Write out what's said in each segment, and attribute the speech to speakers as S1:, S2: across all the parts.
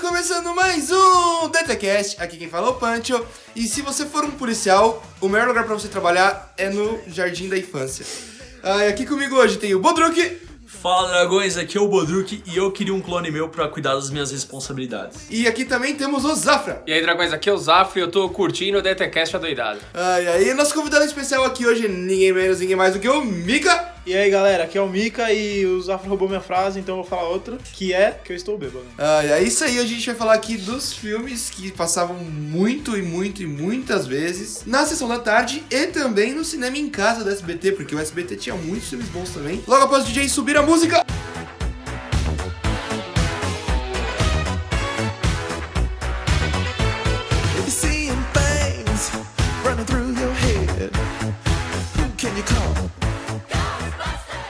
S1: começando mais um DTCast, aqui quem fala é o Pancho. E se você for um policial, o melhor lugar pra você trabalhar é no Jardim da Infância. Ah, e aqui comigo hoje tem o Bodruk
S2: Fala dragões, aqui é o Bodruk e eu queria um clone meu pra cuidar das minhas responsabilidades.
S1: e aqui também temos o Zafra.
S3: E aí, dragões, aqui é o Zafra e eu tô curtindo o DTCast adoidado.
S1: Ah, e aí, nosso convidado especial aqui hoje, é ninguém menos, ninguém mais do que o Mika.
S4: E aí galera, aqui é o Mika e o Zafra roubou minha frase, então eu vou falar outra, que é que eu estou bêbado.
S1: Ah, e é isso aí, hoje a gente vai falar aqui dos filmes que passavam muito e muito e muitas vezes na sessão da tarde e também no cinema em casa do SBT, porque o SBT tinha muitos filmes bons também. Logo após o DJ subir a música.
S5: You're seeing things running through your head. Who can you call?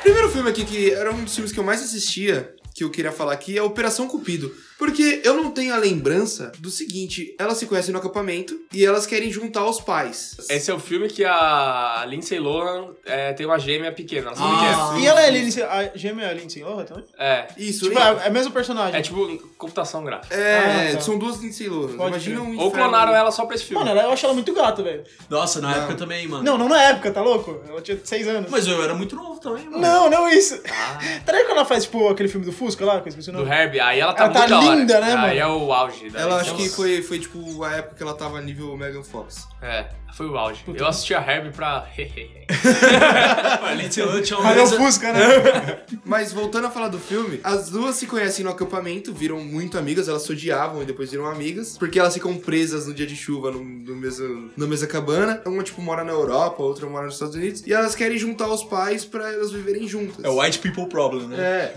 S1: Primeiro filme aqui que era um dos filmes que eu mais assistia, que eu queria falar aqui, é Operação Cupido. Porque eu não tenho a lembrança do seguinte: elas se conhecem no acampamento e elas querem juntar os pais.
S3: Esse é o filme que a Lindsay Lohan é, tem uma gêmea pequena, não sei o
S4: E ela é Lindsay, a gêmea é a Lindsay Lohan também?
S3: que é. É.
S1: Isso,
S4: Tipo,
S1: Ah. é,
S4: é, é mesmo personagem.
S3: É tipo computação gráfica.
S1: é,
S4: Ah, tá.
S1: são duas Lindsay Lohan.
S4: Pode
S1: Imagina um
S4: crer.
S3: Ou
S1: inferno.
S3: clonaram ela só pra esse
S1: tipo-
S3: filme.
S4: Mano, ela- eu acho ela muito gata, velho.
S2: Nossa, na época também, mano.
S4: Não, não na época, tá louco? Ela tinha 6 anos.
S2: Mas eu era muito novo também, mano.
S4: Não, não isso.
S1: Ah.
S4: Tá ligado quando ela faz, tipo, aquele filme do Fusca lá, que eu esqueci o
S3: Do
S4: nome?
S3: Herbie, aí ela tá
S4: Ela tá
S3: muito da hora.
S4: linda, né,
S3: Aí é o auge. Então, da
S1: Ela acho
S3: Lindsay
S1: que foi, foi tipo a época que ela tava nível Megan Fox.
S3: Lohan. É, foi o auge. Eu assisti a Herbie pra...
S2: A Lindsay Lohan tinha uma
S4: Mas é o
S2: beleza-
S4: Fusca, né?
S1: Mas voltando a falar do filme, as duas se conhecem no acampamento, viram muito amigas, elas se odiavam e depois viram amigas, porque elas ficam presas no dia de chuva no, no mesmo, na mesma cabana. Uma, tipo, mora na Europa, outra mora nos Estados Unidos, e elas querem juntar os pais pra elas viverem juntas.
S2: É o White People Problem, né?
S1: É.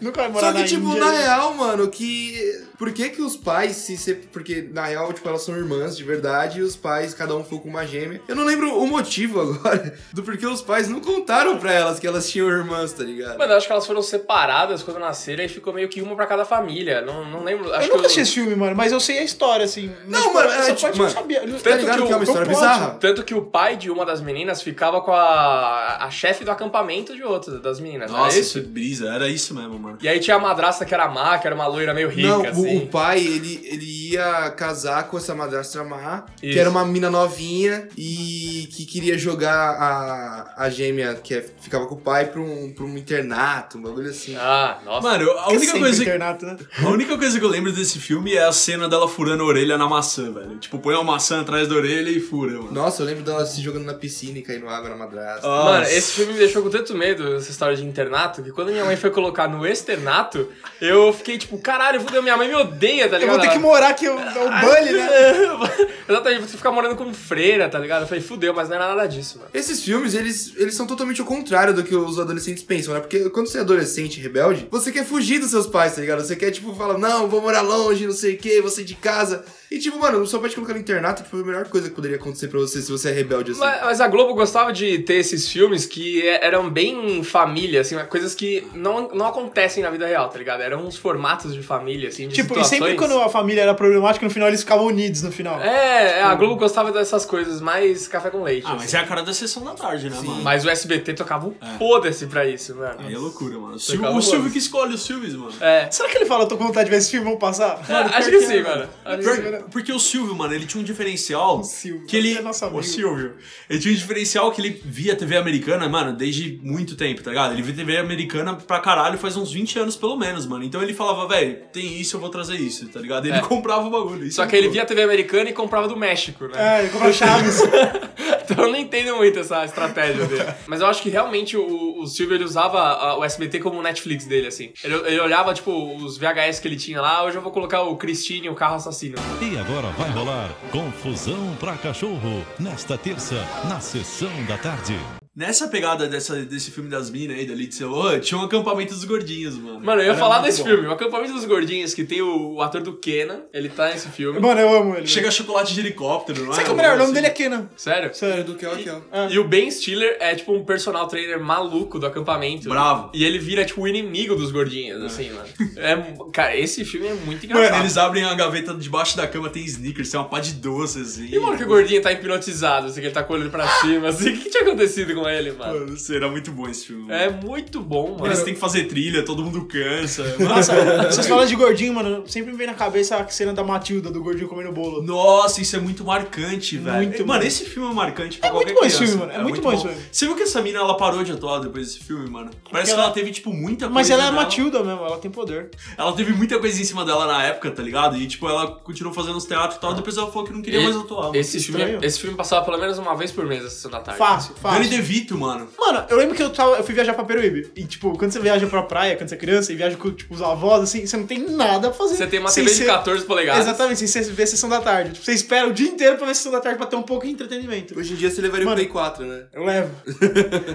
S4: Nunca vai morar
S1: Só que,
S4: na
S1: tipo,
S4: Índia.
S1: na real, mano, que. Por que que os pais se. sep- Porque, na real, tipo, elas são irmãs de verdade e os pais, cada um ficou com uma gêmea. Eu não lembro o motivo agora do porquê os pais não contaram pra elas que elas tinham irmãs, tá ligado?
S3: Mano, eu acho que elas foram separadas quando nasceram e ficou meio que uma pra cada família. Não, não lembro. Acho
S4: Eu nunca
S3: que
S4: assisti esse filme, mano, mas eu sei a história, assim. Mas,
S1: Não,
S4: tipo,
S1: mano, é,
S4: essa
S1: tipo,
S4: parte eu
S1: mano,
S4: não sabia. Eu-
S1: Tá ligado que é uma história
S4: plot.
S1: bizarra?
S3: Tanto que o pai de uma das meninas ficava com a, a chefe do acampamento de outra das meninas.
S2: Nossa,
S3: era É. isso?
S2: isso brisa, era isso mesmo, mano.
S3: E aí tinha a madrasta que era má, que era uma loira meio rica,
S1: Não, o- o,
S3: assim.
S1: pai, ele, ele ia casar com essa madrasta má, que
S3: Isso.
S1: era uma mina novinha e que queria jogar a, a gêmea que é- ficava com o pai pra um, pra um internato, um bagulho assim.
S3: Ah, nossa.
S2: Mano, eu- a
S4: Que
S2: única,
S4: sempre
S2: coisa,
S4: Internato, né?
S2: a única coisa que eu lembro desse filme é a cena dela furando a orelha na maçã, velho. Tipo, põe uma maçã atrás da orelha e fura, mano.
S1: Nossa, eu lembro dela se jogando na piscina e caindo água na madrasta.
S2: Nossa.
S3: Mano, esse filme me deixou com tanto medo, essa história de internato, que quando minha mãe foi colocar no externato, eu fiquei tipo, caralho, fudeu, minha mãe me odeia, tá
S4: Eu
S3: ligado?
S4: vou ter que morar aqui, o,
S1: Ah,
S4: o Bully, né?
S3: Exatamente, vou ter que ficar morando como freira, tá ligado? Eu falei, fudeu, mas não era nada disso, mano.
S1: Esses filmes, eles, eles são totalmente o contrário do que os adolescentes pensam, né? Porque quando você é adolescente e rebelde, você quer fugir dos seus pais, tá ligado? Você quer, tipo, falar, não, vou morar longe, não sei o quê, vou sair de casa. E, tipo, mano, o seu pai te colocar no internato, tipo, foi a melhor coisa que poderia acontecer pra você se você é rebelde assim.
S3: Mas, mas a Globo gostava de ter esses filmes que é- eram bem família, assim, coisas que não, não acontecem na vida real, tá ligado? Eram uns formatos de família, assim, de
S4: Tipo, e
S3: situações.
S4: sempre quando a família era problemática, no final eles ficavam unidos no final.
S3: É, é, a Globo gostava dessas coisas, mais café com leite. assim.
S2: Ah, mas é a cara da sessão da tarde, né, mano? É.
S3: Mas o SBT tocava o foda-se pra isso, mano.
S2: Aí é loucura, mano. O
S3: Tá
S2: Silvio,
S3: calmo,
S2: o Silvio
S3: mano.
S2: que escolhe os filmes, mano.
S3: É.
S4: Será que ele fala, tô com vontade de ver esse filme, vamos passar?
S3: acho que
S4: é.
S3: sim, mano. Acho que
S2: é, Pior-
S3: sim.
S2: Porque o Silvio, mano, ele tinha um diferencial
S4: Silvio,
S2: que ele.
S4: é nosso
S2: o
S4: amigo.
S2: Silvio. Ele tinha um diferencial que ele via TV americana, mano, desde muito tempo, tá ligado? Ele via TV americana pra caralho faz uns 20 anos pelo menos, mano. Então ele falava, velho, tem isso, eu vou trazer isso, tá ligado?
S4: É.
S2: Ele comprava o bagulho. isso
S3: Só
S2: é
S3: que ele
S2: muito
S3: via a TV americana e comprava do México, né?
S4: É, ele comprou chaves.
S3: Então eu não entendo muito essa estratégia dele. Mas eu acho que realmente o, o Silvio ele usava a- o SBT como o Netflix dele, assim. Ele, ele olhava, tipo, os VHS que ele tinha lá. Hoje eu vou colocar o Christine, o carro assassino.
S6: E agora vai rolar confusão pra cachorro nesta terça na sessão da tarde.
S2: Nessa pegada dessa, desse filme das minas aí, da Lindsay Lohan, tinha um acampamento dos gordinhos, mano.
S3: Mano, eu ia
S2: Era
S3: falar
S2: muito
S3: desse
S2: bom.
S3: filme. O Acampamento dos Gordinhos, que tem o, o ator do Kenan. Ele tá nesse
S2: É
S3: filme.
S4: Mano, eu amo ele. velho.
S2: Chega chocolate de helicóptero, não é?
S4: Sabe que o melhor? O nome
S2: Assim.
S4: dele é Kenan.
S3: Sério?
S4: Sério.
S1: Do que é o que é. o-
S3: E o Ben Stiller é tipo um personal trainer maluco do acampamento.
S2: Bravo.
S3: E ele vira tipo o inimigo dos gordinhos, assim, mano. É, mu- cara, esse filme é muito engraçado.
S2: Mano, assim. eles abrem a gaveta debaixo da cama, tem sneakers, tem uma pá de doces.
S3: E uma hora que o gordinho tá hipnotizado, assim, que ele tá com o olho pra cima, assim, o que tinha acontecido com ele, mano.
S2: Mano, será muito bom esse filme.
S3: É muito bom, mano.
S2: Eles têm que fazer trilha, todo mundo cansa.
S4: Nossa, vocês falam de gordinho, mano. Sempre me vem na cabeça a cena da Matilda, do gordinho comendo bolo.
S2: Nossa, isso é muito marcante, velho.
S4: Muito,
S2: mano,
S4: mano.
S2: esse filme é marcante pra
S4: É
S2: qualquer
S4: muito bom esse
S2: criança.
S4: filme, mano. É muito bom esse filme.
S2: Você viu que essa mina, ela parou de atuar depois desse filme, mano? Parece que
S4: ela-
S2: ela teve, tipo, muita coisa
S4: Mas ela é
S2: nela.
S4: Matilda mesmo, ela tem poder.
S2: Ela teve muita coisa em cima dela na época, tá ligado? E, tipo, ela continuou fazendo os teatros e tal, depois ela falou que não queria
S3: E-
S2: mais atuar. mano.
S3: Esse filme,
S4: Estranho.
S3: esse filme passava pelo menos uma vez por mês essa sessão da tarde.
S4: Fácil,
S2: Danny
S4: fácil.
S2: DeVito, mano.
S4: Mano, eu lembro que eu, tava, eu fui viajar pra Peruíbe. E, tipo, quando você viaja pra praia, quando você é criança, e viaja com, tipo, os avós, assim, você não tem nada pra fazer.
S3: Você tem uma
S4: Sem
S3: TV de
S4: ser-
S3: 14 polegadas.
S4: Exatamente, sem você ver sessão da tarde. Tipo, você espera o dia inteiro pra ver sessão da tarde pra ter um pouco de entretenimento.
S1: Hoje em dia você levaria
S4: Mano.
S1: o Play 4, né?
S4: Eu levo.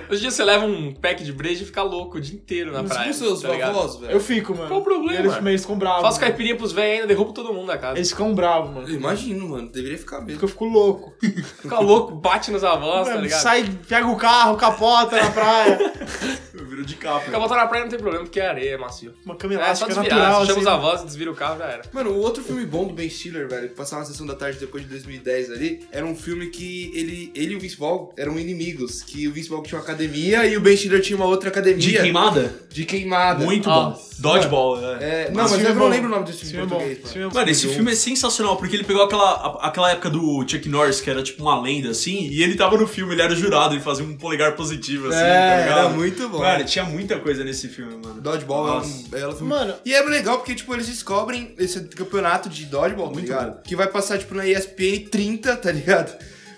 S3: Hoje em dia você leva um pack de breja e fica louco o dia inteiro na
S1: Mas
S3: praia.
S1: com seus
S3: tá ligado?
S1: avós, velho.
S4: Eu fico, mano.
S3: Qual o problema?
S4: Eles, eles ficam bravos.
S3: Faço caipirinha pros velhos ainda, derrubo todo mundo da
S2: É
S3: casa.
S4: Eles ficam bravos, mano.
S1: Eu imagino, mano. Deveria ficar mesmo.
S4: Porque eu fico louco.
S3: Fica louco, bate nos avós, tá
S4: Mano,
S3: ligado?
S4: sai, pega o carro, capota na praia.
S2: Virou de capa.
S3: Fica voltando na praia não tem problema, porque é areia, é macio.
S4: Uma câmera
S3: É só
S4: elástica
S3: desvirar,
S4: natural.
S3: você chama os
S4: assim.
S3: avós, desvira o carro, já era.
S1: Mano, o outro filme bom do Ben Stiller, velho, que passava na sessão da tarde depois de 2010 ali, era um filme que ele, ele e o Vince Vaughn eram inimigos, que o Vince Vaughn tinha uma academia e o Ben Stiller tinha uma outra academia.
S2: De queimada?
S1: De queimada. Ah,
S2: Muito
S3: Ah, Nossa.
S2: bom. Dodgeball, é.
S1: É, não, mas
S4: filme
S1: eu
S4: é bom.
S1: não lembro o nome desse
S4: Esse
S1: filme
S4: filme
S1: em
S4: é bom.
S1: português,
S4: Esse
S1: mano.
S4: filme é bom.
S2: Mano, esse filme é sensacional, porque ele pegou aquela, a- aquela época do Chuck Norris, que era tipo uma lenda, assim, e ele tava no filme, ele era jurado, ele fazia um polegar positivo, assim, tá
S1: É,
S2: ligado?
S1: era muito bom.
S2: Cara, tinha muita coisa nesse filme, mano.
S1: Dodgeball
S2: Nossa.
S1: é um belo filme.
S4: Mano.
S1: E é legal porque, tipo, eles descobrem esse campeonato de Dodgeball, tá
S2: Muito
S1: ligado?
S2: bom.
S1: Que vai passar, tipo, na ESPN 30, tá ligado?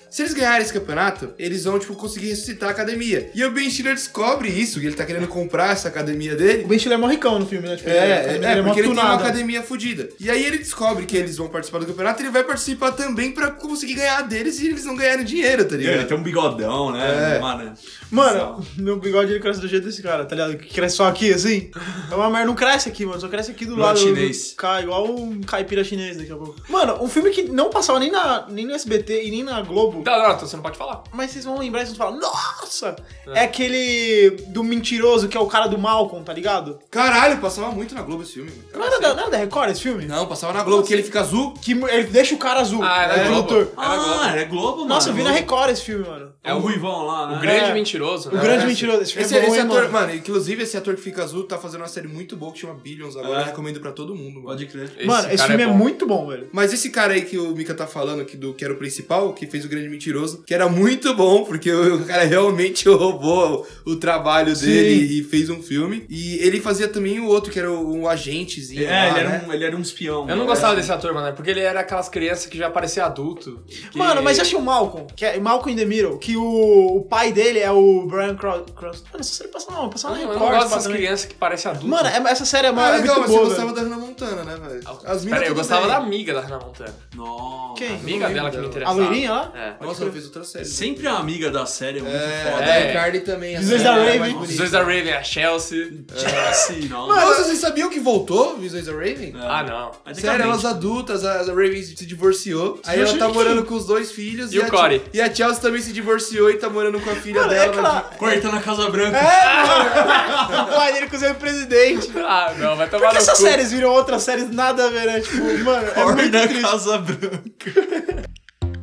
S1: Se eles ganharem esse campeonato, eles vão, tipo, conseguir ressuscitar a academia. E o Ben Stiller descobre isso, que ele tá querendo comprar essa academia dele.
S4: O Ben Stiller é mó ricão no filme, né? Tipo,
S1: É, é,
S4: ele
S1: é,
S4: mó
S1: porque ele tem uma
S4: tunado.
S1: academia fodida. E aí ele descobre que eles vão participar do campeonato e ele vai participar também pra conseguir ganhar deles e eles não ganharem dinheiro, tá
S2: Ele
S1: ligado?
S2: tem um bigodão, né?
S1: É.
S2: Mano,
S4: Mano, meu bigode ele cresce do jeito desse cara, tá ligado? Que cresce só aqui, assim. É uma merda, não cresce aqui, mano. Só cresce aqui do
S2: Igual
S4: lado.
S2: chinês.
S4: Cai, igual um caipira chinês daqui a pouco. Mano, um filme que não passava nem, na, nem no SBT e nem na Globo.
S3: Não, não, então você não pode falar.
S4: Mas vocês vão lembrar e vocês vão falar, nossa! É. aquele do mentiroso que é o cara do Malcolm, tá ligado?
S1: Caralho, passava muito na Globo esse filme.
S4: Não era, da, não era da Record esse filme?
S1: Não, passava na Globo, que ele fica azul.
S4: Que ele deixa o cara azul.
S3: Ah, era
S4: o
S3: da Globo.
S4: produtor.
S3: Era Globo.
S2: ah, é Globo, mano.
S4: Nossa, eu vi na
S2: Globo.
S4: Record esse filme, mano.
S2: É o Ruivão lá, né?
S3: O grande
S4: É.
S3: mentiroso,
S4: O
S3: né?
S4: grande
S1: esse-
S4: mentiroso. Esse filme
S1: Esse,
S4: é bom,
S1: esse
S4: hein,
S1: ator,
S4: mano.
S1: mano? inclusive esse ator que fica azul tá fazendo uma série muito boa que chama Billions agora.
S2: É.
S1: Eu recomendo pra todo mundo, mano.
S2: Pode crer.
S3: Esse
S4: mano, esse
S3: cara
S4: filme é,
S3: bom.
S4: muito bom, velho.
S1: Mas esse cara aí que o Mika tá falando, que, do, que era o principal, que fez o Grande Mentiroso, que era muito bom, porque o, o cara realmente roubou o, o trabalho dele e fez um filme. E ele fazia também o outro, que era o, o agentezinho.
S2: É,
S1: lá,
S2: ele
S1: né?
S2: era, um, ele era um espião.
S3: Eu não
S2: né?
S3: gostava desse ator, mano, é porque ele era aquelas crianças que já parecia adulto. que-
S4: Mano, mas eu achei o Malcolm, que é Malcolm in the Middle, que o, o pai dele é o Brian Cro- Cross. Mano, essa série passa não, passa
S3: Eu
S4: na
S3: não, eu
S4: Record.
S3: não gosto
S4: passa
S3: dessas
S4: na-
S3: crianças que parecem adulto.
S4: Mano, é- essa série é, mó-
S1: Ah,
S4: é
S1: legal,
S4: muito
S1: mas você
S4: boa,
S1: gostava
S4: velho.
S1: da Hannah Montana, né, velho? As
S3: Pera aí, Ah, eu
S1: tudo
S3: gostava
S1: bem.
S3: da amiga da Hannah Montana.
S2: Nossa.
S4: Quem?
S3: Amiga
S1: lembro
S3: dela que me
S1: dela.
S4: A
S3: interessava.
S4: loirinha lá?
S3: É.
S1: Nossa, ela fez outra série.
S2: Sempre a amiga da série é muito
S1: É,
S2: foda.
S1: a
S3: É.
S1: da Carly também. a
S4: Visões
S1: série
S4: da
S1: era
S4: Raven.
S1: mais
S4: Os
S1: bonita.
S3: Os dois da Raven, a Chelsea.
S4: Então.
S2: Jessie, Tipo assim, não.
S1: Nossa, vocês sabiam que voltou Visões da Raven?
S3: Ah, não.
S2: É
S1: Sério,
S2: decadente.
S1: elas adultas, a a Raven se divorciou. Aí ela tá
S4: Divorciou de
S1: morando com os dois filhos.
S3: E o
S1: a
S3: Corey?
S1: Che- E a Chelsea também se divorciou e tá morando com a filha
S4: Mano, é
S1: dela. na
S4: aquela...
S2: Corta na Casa Branca.
S4: É, mano! o pai dele cozinha o presidente.
S3: Ah, não, vai tomar
S4: Por que
S3: no
S4: essas
S3: cu.
S4: séries viram outras séries nada a ver, né? Tipo, mano, é
S2: Corta
S4: muito
S3: né,
S2: na
S4: triste.
S2: Casa Branca.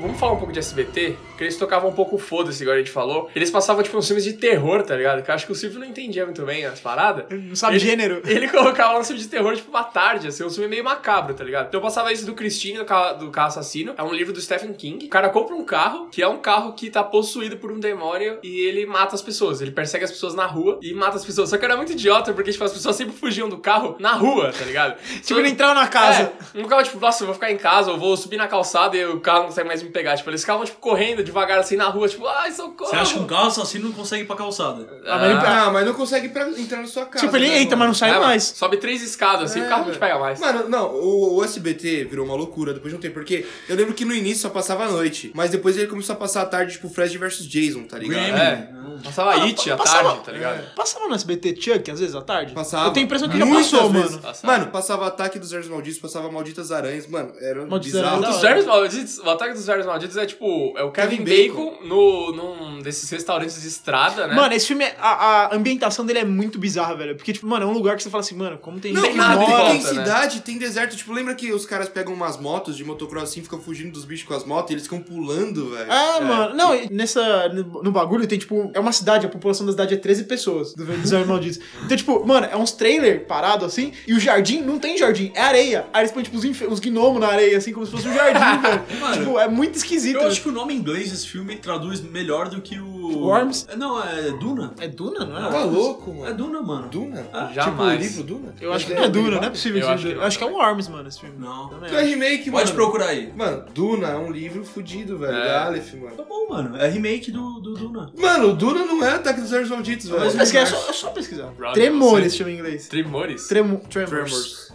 S3: Vamos falar um pouco de SBT, porque eles tocavam um pouco o foda-se, igual a gente falou. Eles passavam, tipo, uns filmes de terror, tá ligado? Que eu acho que o Silvio não entendia muito bem as paradas.
S4: Não sabe
S3: Ele-
S4: gênero.
S3: Ele colocava lá um filme de terror, tipo, uma tarde, assim, um filme meio macabro, tá ligado? Então eu passava isso do Christine, do, ca do Carro Assassino. É um livro do Stephen King. O cara compra um carro, que é um carro que tá possuído por um demônio, e ele mata as pessoas. Ele persegue as pessoas na rua e mata as pessoas. Só que era muito idiota, porque, tipo, as pessoas sempre fugiam do carro na rua, tá ligado?
S4: Tipo, ele entrava na casa.
S3: É, não ficava tipo, nossa, eu vou ficar em casa, eu vou subir na calçada e o carro não consegue mais me pegar. Tipo, eles ficavam tipo, correndo devagar assim na rua, tipo, ai, socorro.
S2: Você acha que um carro assassino não consegue ir pra calçada?
S3: Ah,
S1: Ah, não, mas não consegue pra- entrar na sua casa.
S4: Tipo, ele
S1: né,
S4: entra, mas
S1: mano?
S4: não sai
S3: é, mano,
S4: mais.
S3: Sobe três escadas assim, o carro não te
S1: velho.
S3: pega mais.
S1: Mano, não, o, o SBT virou uma loucura depois de um tempo, porque eu lembro que no início só passava à noite, mas depois ele começou a passar a tarde, tipo, Fred vs Jason, tá ligado?
S2: Gremlin.
S1: É.
S3: É. Passava
S4: Mano,
S3: It à
S4: passava-
S3: tarde, tá ligado?
S4: Passava no SBT Chuck, às vezes, à tarde?
S1: Passava.
S4: Eu tenho a impressão que já
S1: Muitas
S4: passou,
S1: vezes.
S4: mano.
S3: Passava.
S1: Mano, passava Ataque dos Anjos Malditos, passava Malditas Aranhas, mano, era
S4: Malditas
S1: bizarro.
S4: Aranhas,
S3: Dos
S4: da hora.
S3: vermes malditos, o ataque dos vermes malditos é tipo, é o Kevin
S1: Kevin
S3: Kevin Bacon, no, num desses restaurantes de estrada, né?
S4: Mano, esse filme, é- a, a ambientação dele é muito bizarra, velho. Porque, tipo, mano, é um lugar que você fala assim, mano, como tem
S1: Não,
S4: gente
S1: tem,
S4: que
S3: nada,
S4: mora-
S1: tem
S3: volta, né?
S1: cidade, tem deserto. Tipo, lembra que os caras pegam umas motos de motocross assim, ficam fugindo dos bichos com as motos e eles ficam pulando, velho.
S4: Ah, mano. Não, e nessa. No no bagulho tem, tipo, é uma cidade, a população da cidade é 13 pessoas do Design Malditos. Então, tipo, mano, é uns trailer parado assim, e o jardim não tem jardim, é areia. Aí eles põem, tipo, uns, inf- uns gnomos na areia, assim, como se fosse um jardim, velho.
S2: Mano,
S4: Tipo, é muito esquisito.
S2: Eu acho que o nome Então, tipo, em inglês desse filme traduz melhor do que o.
S4: Worms?
S2: Não, é Duna.
S4: É Duna, não é?
S1: Tá louco,
S2: É
S1: mano.
S2: Duna, mano.
S1: Duna?
S2: Ah,
S3: jamais.
S1: Tipo, o livro Duna?
S4: Eu acho que não é Duna, não é possível.
S3: Eu
S4: ser
S3: acho que
S4: Duna.
S3: não,
S4: Eu acho que é um Worms, mano, esse filme.
S2: Não.
S4: Também
S1: Então é
S4: acho.
S1: remake,
S2: Pode
S1: mano.
S2: procurar aí.
S1: Mano, Duna é um livro fudido, velho.
S3: É.
S1: Da Aleph, mano.
S2: Tá bom, mano. É remake do, do Duna.
S1: Mano, o Duna não é Ataque dos Anjos Malditos, velho.
S2: Mas-
S4: Mas que é só, é só pesquisar.
S3: Brother,
S4: Tremores tipo,
S3: você-
S4: chama em inglês.
S3: Tremores?
S4: Tremo- Tremors.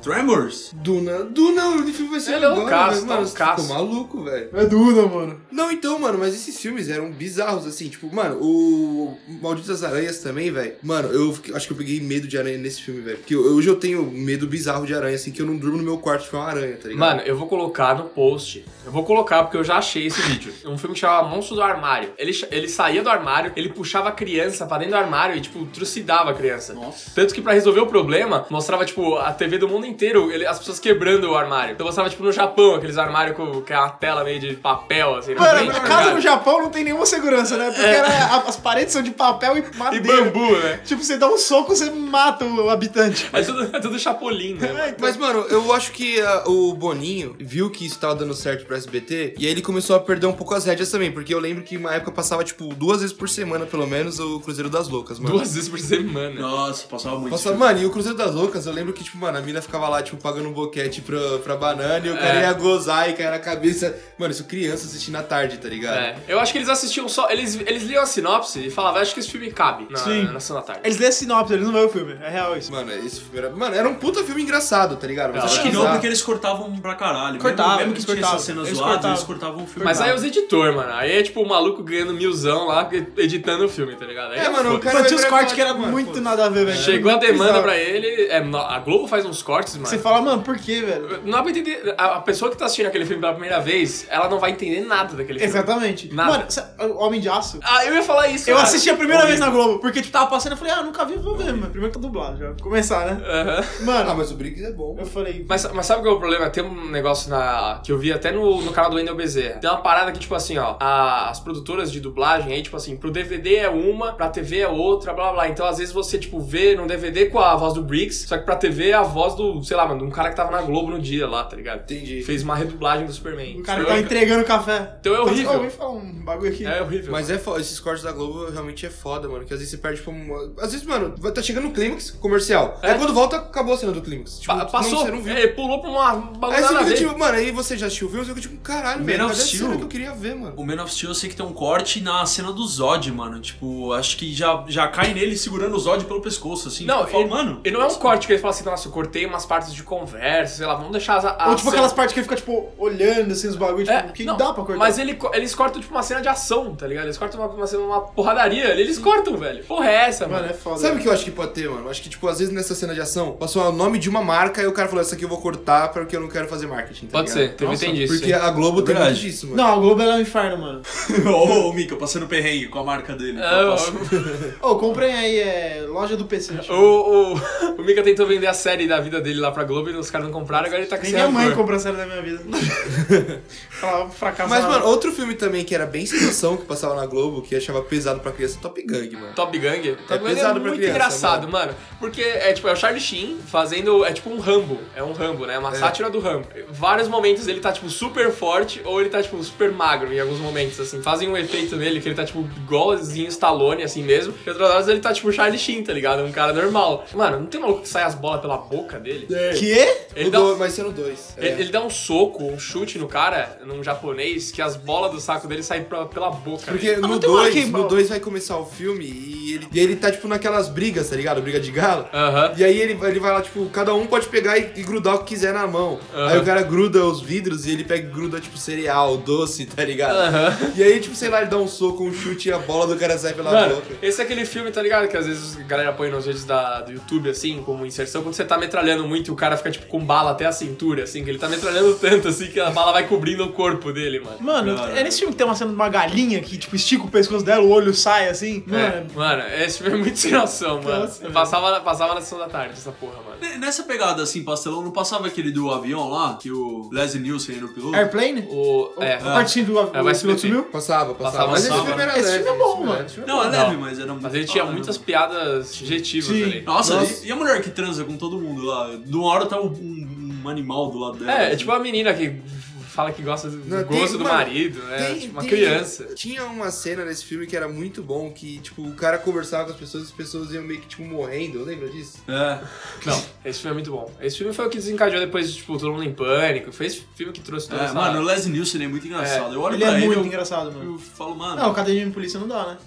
S1: Tremors.
S2: Tremors?
S1: Duna. Duna, o filme vai ser
S3: Ele é
S1: agora,
S3: loucaço,
S1: velho.
S3: tá
S1: Mano,
S3: loucaço.
S1: ficou maluco, velho.
S4: É Duna, mano.
S1: Não, então, mano, mas esses filmes eram bizarros, assim. Tipo, mano, o Malditas Aranhas também, velho. Mano, eu fiquei- acho que eu peguei medo de aranha nesse filme, velho. Porque eu- hoje eu tenho medo bizarro de aranha, assim, que eu não durmo no meu quarto com uma aranha, tá ligado?
S3: Mano, eu vou colocar no post. Eu vou colocar porque eu já achei esse vídeo. Um filme que chamava Monstro do Armário. Ele, cha- ele saía do armário, ele puxava a criança pra dentro do armário e, tipo, trucidava a criança.
S2: Nossa.
S3: Tanto que pra resolver o problema, mostrava, tipo, a TV do mundo inteiro, ele- as pessoas quebrando o armário. Então mostrava, tipo, no Japão, aqueles armários com, que é uma tela meio de papel, assim. na
S4: Mano,
S3: frente,
S4: a
S3: tá
S4: casa
S3: ligado?
S4: no Japão não tem nenhuma segurança, né? Porque era- a- as paredes são de papel e
S3: É. E
S4: madeira.
S3: bambu, né?
S4: Tipo, você dá um soco, você mata o habitante.
S3: É tudo, é tudo chapolim, né? mano?
S1: Mas, mano, eu acho que ah, o Boninho viu que isso tava dando certo pro SBT e aí ele começou a perder um pouco as rédeas também, porque eu lembro que uma época passava, tipo, duas vezes por semana, pelo menos, o Cruzeiro das Loucas, mano.
S3: Duas vezes por semana.
S2: Nossa, passava muito.
S1: Nossa, mano, e o Cruzeiro das Loucas, eu lembro que, tipo, mano, a mina ficava lá, tipo, pagando um boquete pra, pra banana e o cara
S3: É.
S1: ia gozar e cair na cabeça. Mano, isso criança assistindo à tarde, tá ligado?
S3: É. Eu acho que eles assistiam só. Eles, eles liam a sinopse e falavam, acho que esse filme cabe na,
S4: Sim.
S3: na sessão da tarde.
S4: Eles lêem a sinopse, eles não veem o filme. É real isso.
S1: Mano, esse filme era. Mano, era um puta filme engraçado, tá ligado? Mas
S3: Acho
S2: Acho que
S1: era
S2: não,
S1: bizarro.
S2: porque eles cortavam pra caralho.
S4: Cortavam,
S2: mesmo, mesmo
S4: eles
S2: que tinha
S4: cortavam.
S2: essas cenas
S4: Eles
S2: zoadas,
S4: cortavam.
S2: eles cortavam o filme.
S3: Mas aí é os editores, mano. Aí é tipo o maluco ganhando milzão lá, editando o filme, tá ligado? Aí
S1: É, mano, o
S3: foda.
S1: cara.
S4: Mano,
S1: vai
S4: tinha uns
S1: pra
S4: cortes
S1: falar,
S4: que era
S1: mano,
S4: muito
S1: pô,
S4: nada a ver, velho.
S3: Chegou a demanda
S4: Bizarro.
S3: pra ele. É, no- a Globo faz uns cortes, mano.
S4: Você fala, mano, por quê, velho?
S3: Não dá pra entender. A, a pessoa que tá assistindo aquele filme pela primeira vez, ela não vai entender nada daquele filme.
S4: Exatamente.
S3: Nada.
S4: Mano, sa- o Homem de Aço.
S3: Ah, eu ia falar isso.
S4: Eu
S3: cara.
S4: assisti a primeira vez na Globo, porque tipo, tava passando, eu falei, ah, nunca vi, vou ver, mano. Primeiro que tá dublado, já. Vou Começar, né?
S3: Aham.
S1: Ah,
S4: Mano,
S1: mas o Briggs é bom.
S4: eu falei,
S3: Mas, mas sabe qual é o problema? Tem um negócio na, que eu vi até no, no canal do Wendel Bezerra. Tem uma parada que, tipo assim, ó, a- as produtoras de dublagem aí, tipo assim, pro DVD é uma, pra TV é outra, blá blá, blá. Então, às vezes, você, tipo, vê no DVD com a voz do Briggs, só que pra TV é a voz do, sei lá, mano, de um cara que tava na Globo no dia lá, tá ligado?
S1: Entendi.
S3: Fez uma redublagem do Superman.
S4: o cara tá que
S3: Então,
S4: tava entregando café.
S3: Então é
S4: Fala assim,
S3: horrível.
S4: "Ô, vem falar um bagulho aqui.
S3: É horrível.
S1: Mas é foda, esses cortes da Globo realmente é foda, mano. Que às vezes você perde, tipo. uma- Às vezes, mano, vai- tá chegando no clímax comercial.
S3: É.
S1: Aí quando volta, acabou a cena do clímax. Tipo,
S3: Pa- passou,
S1: Não, você não viu.
S3: é, pulou pra uma
S1: Aí
S3: bagulho
S1: você
S3: nada a
S1: fica
S3: ver.
S1: tipo, mano, aí você já assistiu o filme, você fica tipo, caralho,
S2: Man
S1: velho,
S2: of
S1: cadê a
S2: Steel?
S1: cena que eu queria ver, mano?
S2: O Man of Steel eu sei que tem um corte na cena do Zod, mano. Tipo, acho que já, já cai nele segurando o Zod pelo pescoço, assim.
S3: Não,
S2: eu falo,
S3: e,
S2: mano.
S3: e não
S4: tipo
S3: é um corte que ele fala assim, nossa, eu cortei umas partes de conversa, sei lá, vamos deixar as.
S4: Ou tipo aquelas partes que ele fica, tipo, olhando assim os bagulhos,
S3: Ah, É,
S4: tipo, que
S3: não,
S4: dá pra cortar.
S3: Mas ele co- eles cortam, tipo, uma cena de ação, tá ligado? Eles cortam uma, uma cena, uma porradaria ali, eles cortam, velho. Porra, é essa, mano?
S4: Mano, é foda.
S1: Sabe o que eu acho que pode ter, mano? Eu Acho que, tipo, às vezes nessa cena de ação, passou o nome de uma marca e o cara falou, essa aqui eu vou cortar porque eu não quero fazer marketing, tá
S3: Pode
S1: ligado?
S3: ser, teve-
S1: Nossa,
S3: tem disso,
S1: Porque
S3: hein?
S1: a Globo tem
S2: Verdade.
S1: muito disso, mano.
S4: Não, o Globo é um inferno, mano.
S2: Ô, ô, Mika, passando perrengue com a marca dele.
S3: Ah,
S2: Tá passando-
S4: Ô, comprem aí, é loja do PC.
S3: o, o, o, o Mika tentou vender a série da vida dele lá pra Globo e os caras não compraram, agora ele tá com
S4: Nem
S3: esse
S4: minha mãe
S3: rancor.
S4: comprou a série da minha vida. é um Fala, fracassado.
S1: Mas, mano, outro filme também que era bem sensação que passava na Globo, que achava pesado pra criança, é Top Gang, mano.
S3: Top Gang. Top Gang
S1: pesado
S3: é
S1: pra
S3: muito
S1: criança,
S3: engraçado, mano. Porque é tipo, é o Charlie Sheen fazendo. É tipo um Rambo. É um Rambo, né? Uma sátira do Rambo. Vários momentos ele tá, tipo, super forte ou ele tá, tipo, super magro em alguns momentos, assim. Fazem um efeito nele que ele tá, tipo, igualzinho Stallone, assim mesmo. E outras horas ele tá, tipo, Charlie Sheen, tá ligado? Um cara normal. Mano, não tem maluco que sai as bolas pela boca dele?
S1: É.
S4: Quê?
S3: Ele
S1: O
S3: dá, um-
S1: do- Mas sendo dois. é.
S3: ele, ele dá um soco, um chute no cara, num japonês, que as bolas do saco dele saem pra- pela boca.
S1: Porque
S3: dele.
S1: no
S4: não tem uma
S1: 2,
S4: queima-
S1: no 2 vai começar o filme e ele, e ele tá, tipo, naquelas brigas, tá ligado? Briga de galo.
S3: Aham.
S1: E aí ele, vai- ele vai lá, tipo, cada um pode pegar e, e grudar o que quiser na mão.
S3: Aham.
S1: Aí o cara gruda os vidros e ele pega e gruda, tipo, cereal, doce, tá ligado?
S3: Aham.
S1: E aí, tipo, sei lá, ele dá um soco, um chute e a bola do cara sai pela
S3: Mano,
S1: boca.
S3: esse é aquele filme, tá ligado? Que às vezes a galera põe nos vídeos da, do YouTube, assim, como inserção, quando você tá metralhando muito e o cara fica, tipo, com bala até a cintura, assim, que ele tá metralhando tanto, assim, que a bala vai cobrindo o corpo dele, mano.
S4: Mano,
S2: Cara.
S4: é nesse filme que tem uma cena de uma galinha que, tipo, estica o pescoço dela, o olho sai assim. Mano,
S3: É, mano, esse filme é muito sem noção, mano.
S4: Nossa,
S3: Eu passava, na- passava na sessão da tarde essa porra, mano.
S2: Ne- Nessa pegada assim, pastelão, não passava aquele do avião lá, que o Leslie Nielsen era o piloto?
S4: Airplane?
S3: O, é,
S4: A parte sim do
S3: É, o
S4: do
S3: SBT.
S4: piloto sumiu?
S1: Passava, passava.
S3: Passava, um né?
S1: Mas esse
S3: passava.
S1: filme era
S4: Esse
S1: leve,
S4: filme é bom,
S1: esse filme
S4: mano.
S1: era- esse filme
S2: Não, é
S3: Não.
S2: leve, mas era muito.
S3: Mas ele tinha
S2: ah,
S3: muitas
S2: né?
S3: piadas subjetivas
S4: Sim.
S3: ali.
S2: Nossa,
S1: Nossa.
S2: E, e a mulher que transa com todo mundo lá? De uma hora tá um, um- um animal do lado dela.
S3: É, é
S2: assim.
S3: tipo uma menina que fala que gosta do
S1: Não, tem-
S3: gosto do
S1: mano,
S3: marido, né?
S1: Tem-
S3: tipo uma
S1: tem-
S3: criança.
S1: Tinha uma cena nesse filme que era muito bom, que, tipo, o cara conversava com as pessoas e as pessoas iam meio que, tipo, morrendo, lembra disso?
S2: É.
S3: Não, esse filme é muito bom. Esse filme foi o que desencadeou depois, tipo, todo mundo em pânico. Foi esse filme que trouxe toda
S2: É,
S3: essa...
S2: mano, o Leslie Nielsen é muito engraçado. eu olho
S4: Ele é
S2: pra
S4: muito
S2: ele e
S4: engraçado,
S2: eu,
S4: mano.
S2: eu falo, mano.
S4: Não, Academia de Polícia não dá, né?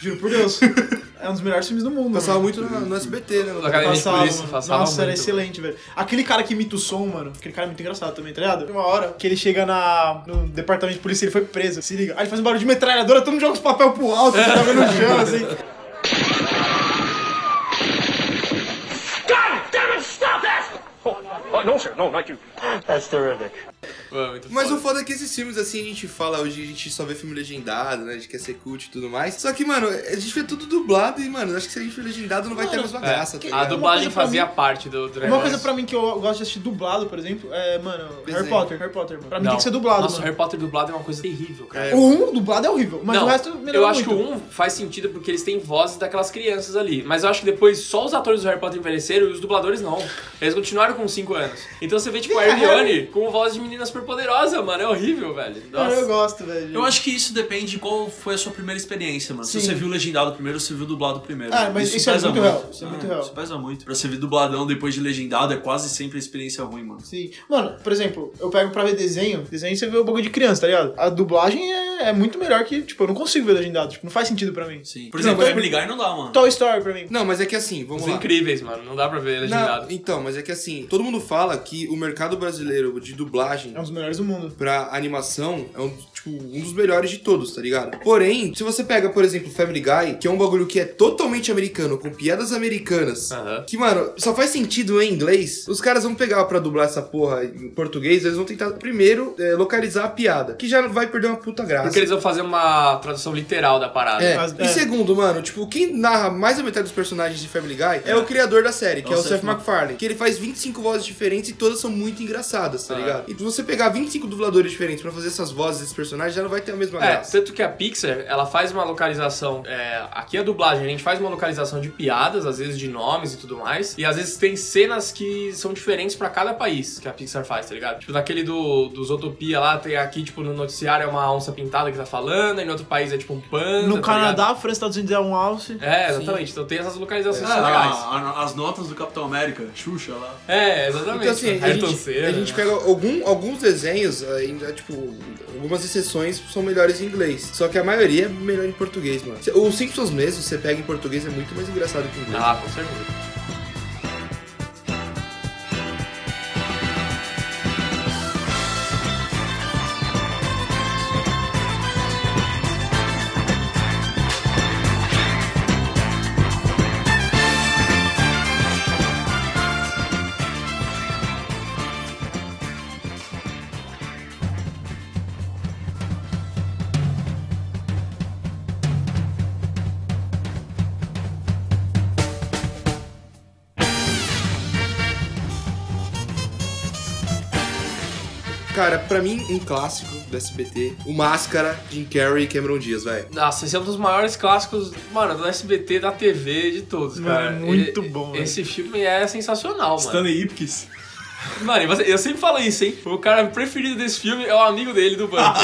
S4: Juro por Deus. é um dos melhores filmes do mundo.
S3: Tá
S1: Passava
S4: mano.
S1: muito no, no SBT, né?
S3: Da Academia de
S4: Passava, assim,
S3: Polícia,
S4: mano.
S3: passava
S4: Nossa, era
S3: muito.
S4: excelente, velho. Aquele cara que imita o som, mano. Aquele cara é muito engraçado também, tá ligado? Tem uma hora que ele chega na, no departamento de polícia, ele foi preso, se liga. Aí ele faz um barulho de metralhadora, todo mundo joga os papel pro alto, joga no chão, assim.
S3: Mano, muito
S1: Mas
S3: foda.
S1: o foda é que esses filmes, assim, a gente fala hoje, a gente só vê filme legendado, né? A gente quer ser cult e tudo mais. Só que, mano, a gente vê tudo dublado e, mano, acho que se a gente for legendado não vai ter a mesma graça, tá
S4: que-
S1: ligado?
S3: é, A
S4: é uma
S3: dublagem
S4: coisa pra
S3: fazia
S4: mim- É
S3: parte do, do
S4: Uma
S3: negócio.
S4: coisa pra mim que eu gosto de assistir dublado, por exemplo, é, mano, Harry
S1: Desenho.
S4: Potter. Harry Potter, mano. Pra mim
S3: Não.
S4: tem que ser dublado,
S3: Nossa,
S4: mano.
S3: Harry Potter dublado é uma coisa terrível, cara.
S1: É.
S4: O 1 um, dublado é horrível, mas
S3: Não,
S4: o resto melhorou
S3: Eu acho
S4: muito.
S3: que o 1 faz sentido porque eles têm vozes daquelas crianças ali. Mas eu acho que depois só os atores do Harry Potter envelheceram e os dubladores não. Eles continuaram com 5 anos. Então você vê, tipo, a
S4: É,
S3: Hermione com voz de menina super poderosa, mano. É horrível, velho.
S4: Eu
S3: Nossa.
S4: gosto, velho.
S2: Eu acho que isso depende de qual foi a sua primeira experiência, mano. Se
S4: Sim.
S2: você viu legendado primeiro, se você viu dublado primeiro.
S4: Ah, mas isso é
S2: pesa
S4: muito real, isso é
S2: Ah,
S4: muito real.
S2: Isso pesa muito. Pra você ver dubladão depois de legendado é quase sempre a experiência ruim, mano.
S4: Sim. Mano, por exemplo, eu pego pra ver desenho. Desenho você vê o bagulho de criança, tá ligado? A dublagem é, é muito melhor que, tipo, eu não consigo ver legendado. Tipo, não faz sentido pra mim.
S2: Sim. Por exemplo,
S4: Não,
S2: eu me ligar e não dá, mano.
S4: Toy Story pra mim.
S1: Não, mas é que assim, vamos
S3: Os
S1: lá.
S3: incríveis, mano. Não dá pra ver legendado.
S1: Não, então, mas é que assim, todo mundo fala que o mercado brasileiro de dublagem
S4: É um dos melhores do mundo.
S1: pra animação é um, tipo, um dos melhores de todos, tá ligado? Porém, se você pega, por exemplo, Family Guy, que é um bagulho que é totalmente americano, com piadas americanas,
S3: Aham.
S1: que, mano, só faz sentido em inglês, os caras vão pegar pra dublar essa porra em português, eles vão tentar primeiro é, localizar a piada, que já vai perder uma puta graça.
S3: Porque eles vão fazer uma tradução literal da parada.
S1: Assim- É.
S4: Mas-
S1: E
S4: é.
S1: segundo, mano, tipo, quem narra mais da metade dos personagens de Family Guy é o criador da série, que
S2: É
S1: é
S2: o
S1: o Seth
S2: Seth
S1: MacFarlane. Que ele faz 25 vozes diferentes e todas são muito engraçadas, tá
S3: Ah.
S1: ligado? E se você pegar 25 dubladores diferentes pra fazer essas vozes desses personagens, já não vai ter a mesma
S3: É,
S1: graça.
S3: tanto que a Pixar, ela faz uma localização. é, aqui a dublagem, a gente faz uma localização de piadas, às vezes de nomes e tudo mais. E às vezes tem cenas que são diferentes pra cada país que a Pixar faz, tá ligado? Tipo, naquele do, do Zootopia lá, tem aqui, tipo, no noticiário é uma onça pintada que tá falando, e no outro país é tipo um panda.
S4: No
S3: tá ligado?
S4: Canadá, França, Estados Unidos é um alce.
S3: É, exatamente. Então tem essas localizações
S1: É.
S2: Ah,
S3: legais.
S2: a- as notas do Capitão América, Xuxa lá.
S3: É, exatamente.
S1: Então, assim, a
S3: Ayrton
S1: gente,
S3: Senna,
S1: a gente
S3: né?
S1: pega algum- alguns desenhos, ainda, tipo, algumas exceções são melhores em inglês. Só que a maioria é melhor em português, mano. Os Simpsons mesmo, você pega em português, é muito mais engraçado que em inglês.
S3: Ah, com certeza.
S1: Cara, pra mim, um clássico do SBT, o Máscara, Jim Carrey e Cameron Diaz, velho.
S3: Nossa, esse é um dos maiores clássicos, mano, do SBT, da TV, de todos,
S4: Mano,
S3: cara.
S4: é muito bom, velho.
S3: Esse filme é sensacional, mano.
S2: Stanley Ipkiss.
S3: Mano, e você- eu sempre falo isso, hein? O cara preferido desse filme é o amigo dele do banco.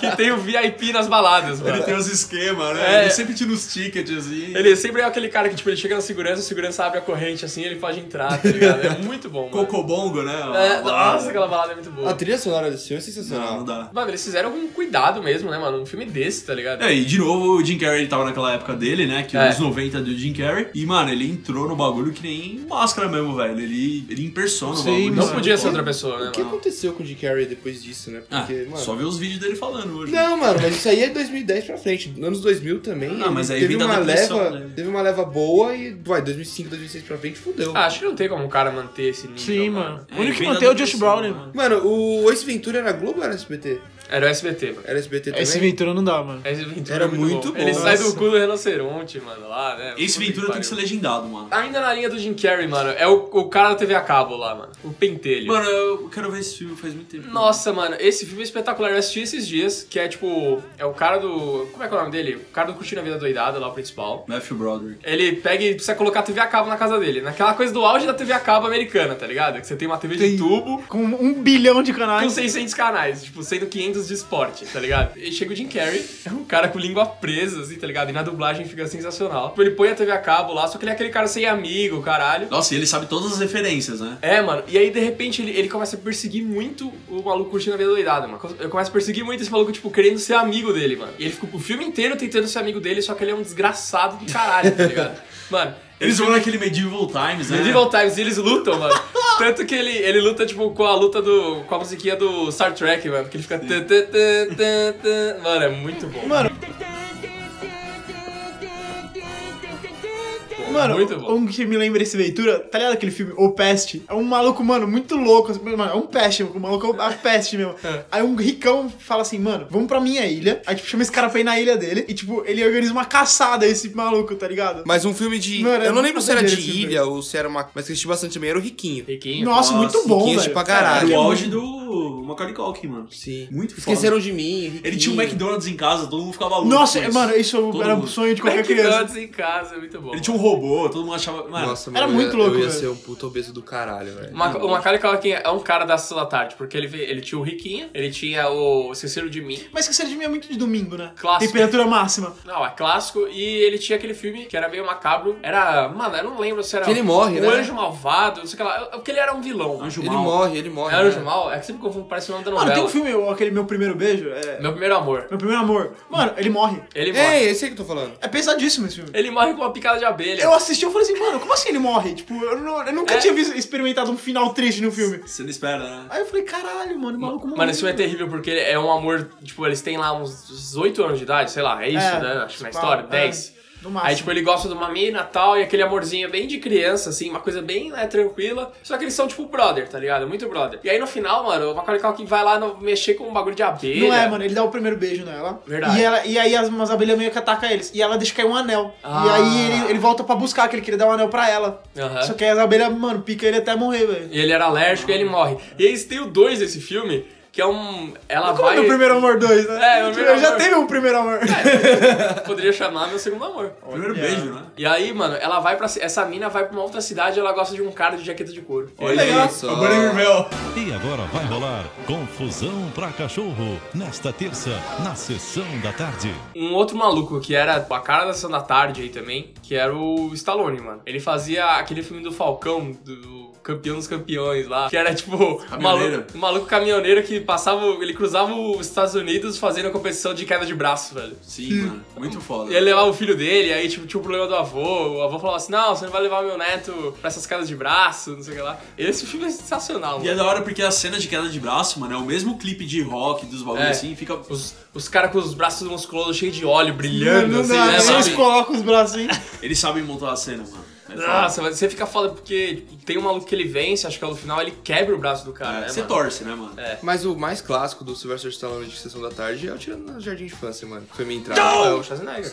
S3: que tem o VIP nas baladas, mano.
S2: Ele tem os esquemas, né?
S3: É.
S2: Ele sempre tira os tickets assim.
S4: um-
S3: Ele sempre é aquele cara que, tipo, ele chega na segurança, a segurança abre a corrente assim ele pode entrar, tá ligado? É muito bom, mano.
S2: Cocobongo, né?
S3: É,
S2: Ah,
S3: nossa, aquela balada é muito
S1: A
S3: boa.
S1: trilha sonora desse filme é sensacional.
S2: Não, não dá.
S3: Mano, eles fizeram algum cuidado mesmo, né, mano? Um filme desse, tá ligado?
S2: É, e de novo o Jim Carrey ele tava naquela época dele, né? Que
S3: É.
S2: os 90 do Jim Carrey. E, mano, ele entrou no bagulho que nem máscara mesmo, velho. Ele, ele impersona o
S4: Sim,
S2: bagulho.
S3: Não
S4: mano.
S3: podia ser outra pessoa, né,
S1: O que
S3: mano?
S1: aconteceu com o Jim Carrey depois disso, né?
S2: Ah,
S1: Porque, mano...
S2: só ver os vídeos dele falando hoje.
S1: Não, mano, mas isso aí é 2010 pra frente. Anos 2000 também.
S2: Ah, mas aí
S1: teve
S2: vem da
S1: uma
S2: depressão,
S1: leva,
S2: né?
S1: Teve uma leva boa e, vai, 2005, 2006 pra frente, fudeu.
S3: Ah, acho que não tem como um cara manter esse nível.
S4: Sim, mano.
S2: É,
S4: o único que
S2: vem da
S4: mantém é o Josh
S2: depressão,
S4: Brown, né,
S2: né?
S4: mano?
S1: Mano, o Ace Ventura era Globo ou era SBT?
S3: Era o SBT, mano.
S1: Era SBT também?
S4: Esse Ventura não dá, mano.
S3: Esse Ventura
S1: Era
S3: é
S1: muito bom.
S3: Ele sai do
S1: Nossa.
S3: cu do rinoceronte, mano, lá, né?
S2: Esse
S3: Puta
S2: Ventura tem
S3: pariu.
S2: que ser legendado, mano.
S3: Ainda na linha do Jim Carrey, mano, é o, o cara da TV a cabo lá, mano. O pentelho.
S2: Mano, eu quero ver esse filme faz muito tempo.
S3: Nossa, mano, esse filme é espetacular. Eu assisti esses dias, que é tipo. É o cara do. Como é que é o nome dele? O cara do Curtindo a Vida Doidada, lá o principal.
S2: Matthew Broderick.
S3: Ele pega e precisa colocar a TV a cabo na casa dele. Naquela coisa do auge da TV a cabo americana, tá ligado? Que você tem uma TV de tubo
S4: Com um bilhão de
S3: com
S4: canais.
S3: 600 canais, tipo, sendo 500 de esporte, tá ligado? E chega o Jim Carrey, é um cara com língua presa, assim, tá ligado? E na dublagem fica sensacional. Tipo, ele põe a TV a cabo lá, só que ele é aquele cara sem amigo, caralho.
S2: Nossa, e ele sabe todas as referências, né?
S3: É, mano, e aí de repente ele, ele começa a perseguir muito o maluco curtindo a vida doidada, mano. Ele começa a perseguir muito esse maluco, tipo, querendo ser amigo dele, mano. E ele fica o filme inteiro tentando ser amigo dele, só que ele é um desgraçado do caralho, tá ligado? Mano,
S2: Eles vão naquele Medieval Times, né?
S3: Medieval Times e eles lutam, mano. Tanto que ele, ele luta, tipo, com a luta do. com a musiquinha do Star Trek, mano. Que ele fica. tã, tã, tã, tã, tã. Mano, é muito bom.
S4: Mano, Mano,
S3: muito bom.
S4: um que me lembra esse Ventura, tá ligado aquele filme O Peste? É um maluco, mano, muito louco. assim, Mano, é um peste, o maluco é um- a peste mesmo. Aí um ricão fala assim, mano, vamos pra minha ilha. Aí, tipo, chama esse cara pra ir na ilha dele. E, tipo, ele organiza uma caçada a esse maluco, tá ligado?
S1: Mas um filme de.
S4: Mano,
S1: eu não
S4: eu
S1: lembro
S4: nunca
S1: se era
S4: vi
S1: de
S4: esse filme.
S1: ilha ou se era uma. Mas que eu assisti bastante também, era o Riquinho.
S3: Riquinho.
S2: Nossa,
S4: Nossa, muito bom,
S1: riquinho é
S4: velho.
S1: pra caralho.
S2: Era o
S1: Caralho.
S2: auge do Macaulay Culkin, mano.
S1: Sim.
S2: Muito foda.
S1: Esqueceram de mim.
S2: Ele
S1: Riquinho.
S2: tinha um McDonald's em casa, todo mundo ficava louco.
S4: Nossa,
S2: com isso.
S4: mano, isso
S2: Todo
S4: era um
S2: mundo.
S4: sonho de qualquer criança.
S3: McDonald's em casa, é muito bom.
S2: Ele tinha um robô, todo mundo achava. Mano,
S1: Nossa,
S4: Era
S1: mano,
S4: muito
S1: eu,
S4: louco,
S1: Eu ia
S4: velho.
S1: ser um puto obeso do caralho,
S4: um
S1: velho.
S3: Ma- o Macaulay Culkin é um cara da Sessão da Tarde, porque ele, vê- ele tinha o Riquinho, ele tinha o Esqueceram de Mim,
S4: Mas esqueceram de mim é muito de domingo, né?
S3: Clássico.
S4: Temperatura máxima.
S3: não, é clássico, e ele tinha aquele filme que era meio macabro, era, mano, eu não lembro se era...
S1: Que ele morre,
S3: o
S1: né?
S3: Anjo Malvado, não sei o que lá, porque ele era um vilão. mano.
S2: Anjo
S1: ele
S2: Mal.
S1: morre, ele morre.
S3: É Anjo
S1: né?
S3: Mal? É que sempre confundo, parece o nome da
S4: Mano,
S3: novela.
S4: tem um filme, aquele Meu Primeiro Beijo, é...
S3: Meu Primeiro Amor,
S4: Meu Primeiro Amor. Mano, ele morre.
S3: ele morre.
S1: É, esse aí que eu tô falando.
S4: É pesadíssimo esse filme.
S3: Ele morre com uma picada de abelha.
S4: Eu assisti e falei assim, mano, como assim ele morre? Tipo, eu, não- eu nunca
S3: É.
S4: tinha visto, experimentado um final triste no filme.
S2: Você não espera, né?
S4: Aí eu falei, caralho, mano, o maluco morreu.
S3: Mano, esse filme é terrível porque é um amor. Tipo, eles têm lá uns 18 anos de idade, sei lá, é isso,
S4: É,
S3: né? Acho que na
S4: tipo,
S3: história,
S4: é,
S3: 10.
S4: no máximo.
S3: Aí, tipo, ele gosta de uma mina e tal, e aquele amorzinho bem de criança, assim, uma coisa bem né, tranquila. Só que eles são, tipo, brother, tá ligado? Muito brother. E aí no final, mano, o Macaulay Culkin vai lá no- mexer com um bagulho de abelha.
S4: Não é, mano, ele dá o primeiro beijo nela.
S3: Verdade.
S4: E, ela- e aí as, umas abelhas meio que atacam eles. E ela deixa cair um anel. E
S3: Ah.
S4: aí ele, ele volta pra buscar, que ele queria dar um anel pra ela.
S3: Aham.
S4: Só que aí as abelhas, mano, pica ele até morrer, velho.
S3: E ele era alérgico e ele morre. E eles têm o dois desse filme, que é um. Ela
S4: Mas Como
S3: vai.
S4: é meu primeiro amor 2, né?
S3: É, meu
S4: eu
S3: primeiro
S4: já
S3: amor.
S4: teve um primeiro amor.
S3: Poderia chamar meu segundo amor.
S2: Primeiro
S4: Olha.
S2: beijo, né?
S3: E aí, mano, ela vai pra. Essa mina vai pra uma outra cidade e ela gosta de um cara de jaqueta de couro.
S2: Olha
S1: legal.
S2: aí,
S1: Só.
S2: o Bunny Rebel.
S6: E agora vai rolar Confusão pra Cachorro, nesta terça, na sessão da tarde.
S3: Um outro maluco que era a cara da Sessão da Tarde aí também, que era o Stallone, mano. Ele fazia aquele filme do Falcão, do Campeão dos Campeões lá, que era tipo um maluco, um maluco caminhoneiro que passava, ele cruzava os Estados Unidos fazendo competição de queda de braço, velho.
S2: Sim, mano. Muito foda.
S3: E ele é levava o filho dele, aí tipo, tinha o problema do avô, o avô falava assim, não, você não vai levar meu neto pra essas quedas de braço, não sei o que lá. Esse filme é sensacional,
S2: E é
S3: mano.
S2: da hora porque as cenas de queda de braço, mano, é o mesmo clipe de rock dos bagulhos
S3: É.
S2: assim, fica.
S3: Os, os caras com os braços musculosos cheios de óleo, brilhando,
S4: Não,
S3: assim,
S4: não,
S3: né,
S4: eles
S3: sabe?
S4: colocam os braços, hein?
S2: Eles sabem montar a cena, mano. É foda.
S3: Nossa, mas você fica foda porque tem um maluco que ele vence, acho que é no final, ele quebra o braço do cara,
S2: É,
S3: né?
S2: você
S3: mano?
S2: torce, né, mano?
S3: É.
S1: Mas o mais clássico do Sylvester Stallone de Sessão da Tarde é o Tirando no Jardim de Infância, mano. Foi minha entrada.
S3: Ah, é
S1: Não!
S3: o Schwarzenegger.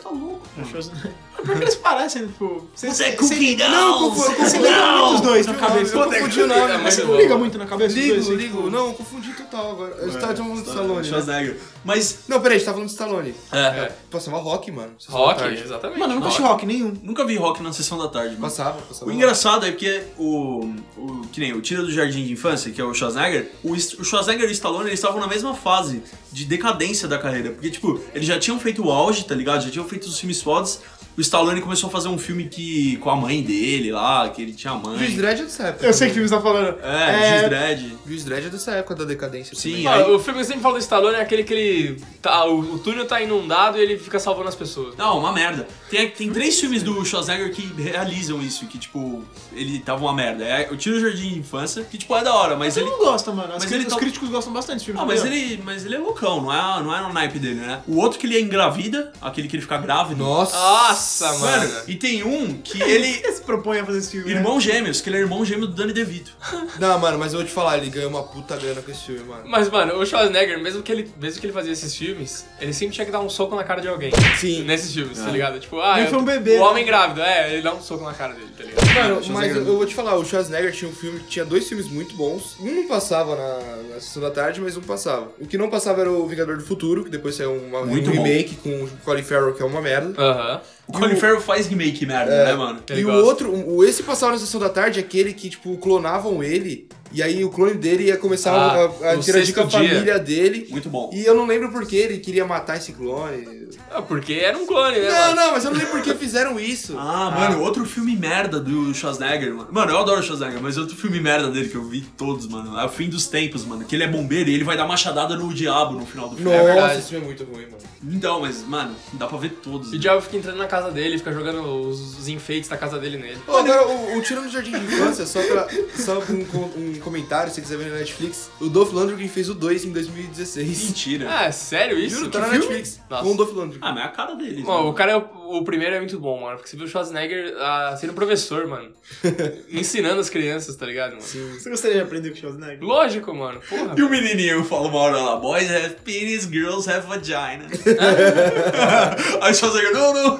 S4: Por que eles parecem, tipo...
S2: Você é cookie,
S4: Não,
S2: não!
S4: confu- você liga muito os dois na cabeça.
S1: Eu confundi o nome.
S3: É
S4: Mas
S3: muito
S4: você não
S3: bom.
S4: liga muito na cabeça dos dois?
S1: Ligo,
S4: assim,
S1: ligo.
S4: tipo-
S1: Não, eu confundi total agora. Eu estava chamando de Stallone. né?
S2: Schwarzenegger. Mas.
S1: Não, peraí, a gente tá falando de Stallone.
S2: É.
S1: Passava rock, mano. Sessão da
S3: Rock,
S1: Tarde.
S3: exatamente.
S4: Mano, eu nunca
S3: Rock.
S4: achei rock nenhum.
S2: Nunca vi rock na sessão da tarde, mano.
S1: Passava, passava.
S2: O
S1: rock.
S2: engraçado é porque o, o. Que nem o Tira do Jardim de Infância, que é o Schwarzenegger, o, St- o Schwarzenegger e o Stallone eles estavam na mesma fase de decadência da carreira. Porque, tipo, eles já tinham feito o auge, tá ligado? Já tinham feito os filmes fodas. O Stallone começou a fazer um filme que. com a mãe dele lá, que ele tinha mãe.
S1: Juiz Dredd é dessa época.
S4: Eu sei que filme você tá falando.
S2: É, Juiz Dredd.
S1: Juiz Dredd é dessa época da decadência.
S2: Sim, é.
S1: também.
S2: E
S3: Mano,
S2: aí-
S3: o filme que eu sempre falo do Stallone é aquele que ele. Tá, o, o túnel tá inundado e ele fica salvando as pessoas.
S2: Não, uma merda. Tem, tem três filmes do Schwarzenegger que realizam isso, que, tipo, ele tava uma merda. É, o Tira do Jardim de Infância, que, tipo, é da hora, mas
S4: Mas ele
S2: ele.
S4: não gosta, mano. As
S2: mas
S4: cri-
S2: ele
S4: os
S2: tá-
S4: críticos gostam bastante desse filme.
S2: Não, mas
S4: entendeu?
S2: ele, mas ele é loucão, não é, não é no naipe dele, né? O outro que ele é engravida, aquele que ele fica grávido.
S1: Nossa,
S3: Nossa, mano.
S2: E tem um que ele.
S4: Ele é se propõe a fazer esse filme. né?
S2: Irmão gêmeos, que ele é irmão gêmeo do Danny DeVito.
S1: Não, mano, mas eu vou te falar, ele ganhou uma puta grana com esse filme, mano.
S3: Mas, mano, o Schwarzenegger, mesmo que, ele, mesmo que ele fazia esses filmes, ele sempre tinha que dar um soco na cara de alguém.
S1: Sim.
S3: Nesses filmes, tá ligado? Tipo, ah,
S4: É. Ele
S3: eu-
S4: foi um bebê,
S3: o
S4: né?
S3: homem grávido. É, ele dá um soco na cara dele, tá ligado?
S1: Mano,
S2: é
S1: mas eu, eu vou te falar, o Schwarzenegger tinha um filme, tinha dois filmes muito bons. Um não passava na, na sessão da tarde, mas um passava. O que não passava era o Vingador do Futuro, que depois saiu uma, um
S2: Muito bom.
S1: remake com o Colin Farrell, que é uma merda.
S3: Aham.
S2: O Colin Farrell faz remake merda, né, mano?
S1: e
S3: ele
S1: o
S3: gosta.
S1: outro, o, esse passava na sessão da tarde, aquele que, tipo, clonavam ele, e aí o clone dele ia começar
S3: Ah,
S1: a, a
S3: no
S1: interagir com a
S3: sexto dia.
S1: família dele.
S2: Muito bom.
S1: E eu não lembro por que ele queria matar esse clone.
S3: Ah, porque era um clone, né,
S1: Não,
S3: mano?
S1: não, mas eu não lembro por que fizeram isso.
S2: Ah, mano, outro filme merda do Schwarzenegger, mano. Mano, eu adoro o Schwarzenegger, mas outro filme merda dele que eu vi todos, mano. É o fim dos tempos, mano. Que ele é bombeiro e ele vai dar machadada no diabo no final do filme.
S1: Nossa,
S3: verdade.
S1: esse filme é muito ruim, mano.
S2: Então, mas, mano, dá pra ver todos.
S3: E o
S2: né?
S3: diabo fica entrando na casa dele, fica jogando os, os enfeites da casa dele nele.
S1: Pô, agora, o, o Tiro no Jardim de Infância, só, pra, só pra um, com- um comentário, se quiser ver na Netflix, o Dolph Lundgren fez o 2 em 2016.
S2: Mentira.
S3: Ah, é sério isso?
S1: Juro, tá
S3: Que
S1: na
S3: filme?
S1: Netflix,
S3: Nossa.
S1: com o Dolph Lundgren.
S2: Ah, mas é a cara dele.
S3: Mano,
S2: né?
S3: o cara é o, o primeiro é muito bom, mano. Porque você viu o Schwarzenegger ah, sendo professor, mano. ensinando as crianças, tá ligado, mano?
S4: Você gostaria de aprender com o Schwarzenegger?
S3: Lógico, mano. Porra.
S2: E o menininho fala uma hora lá, boys have penis, girls have vagina. Aí o Schwarzenegger, não, não.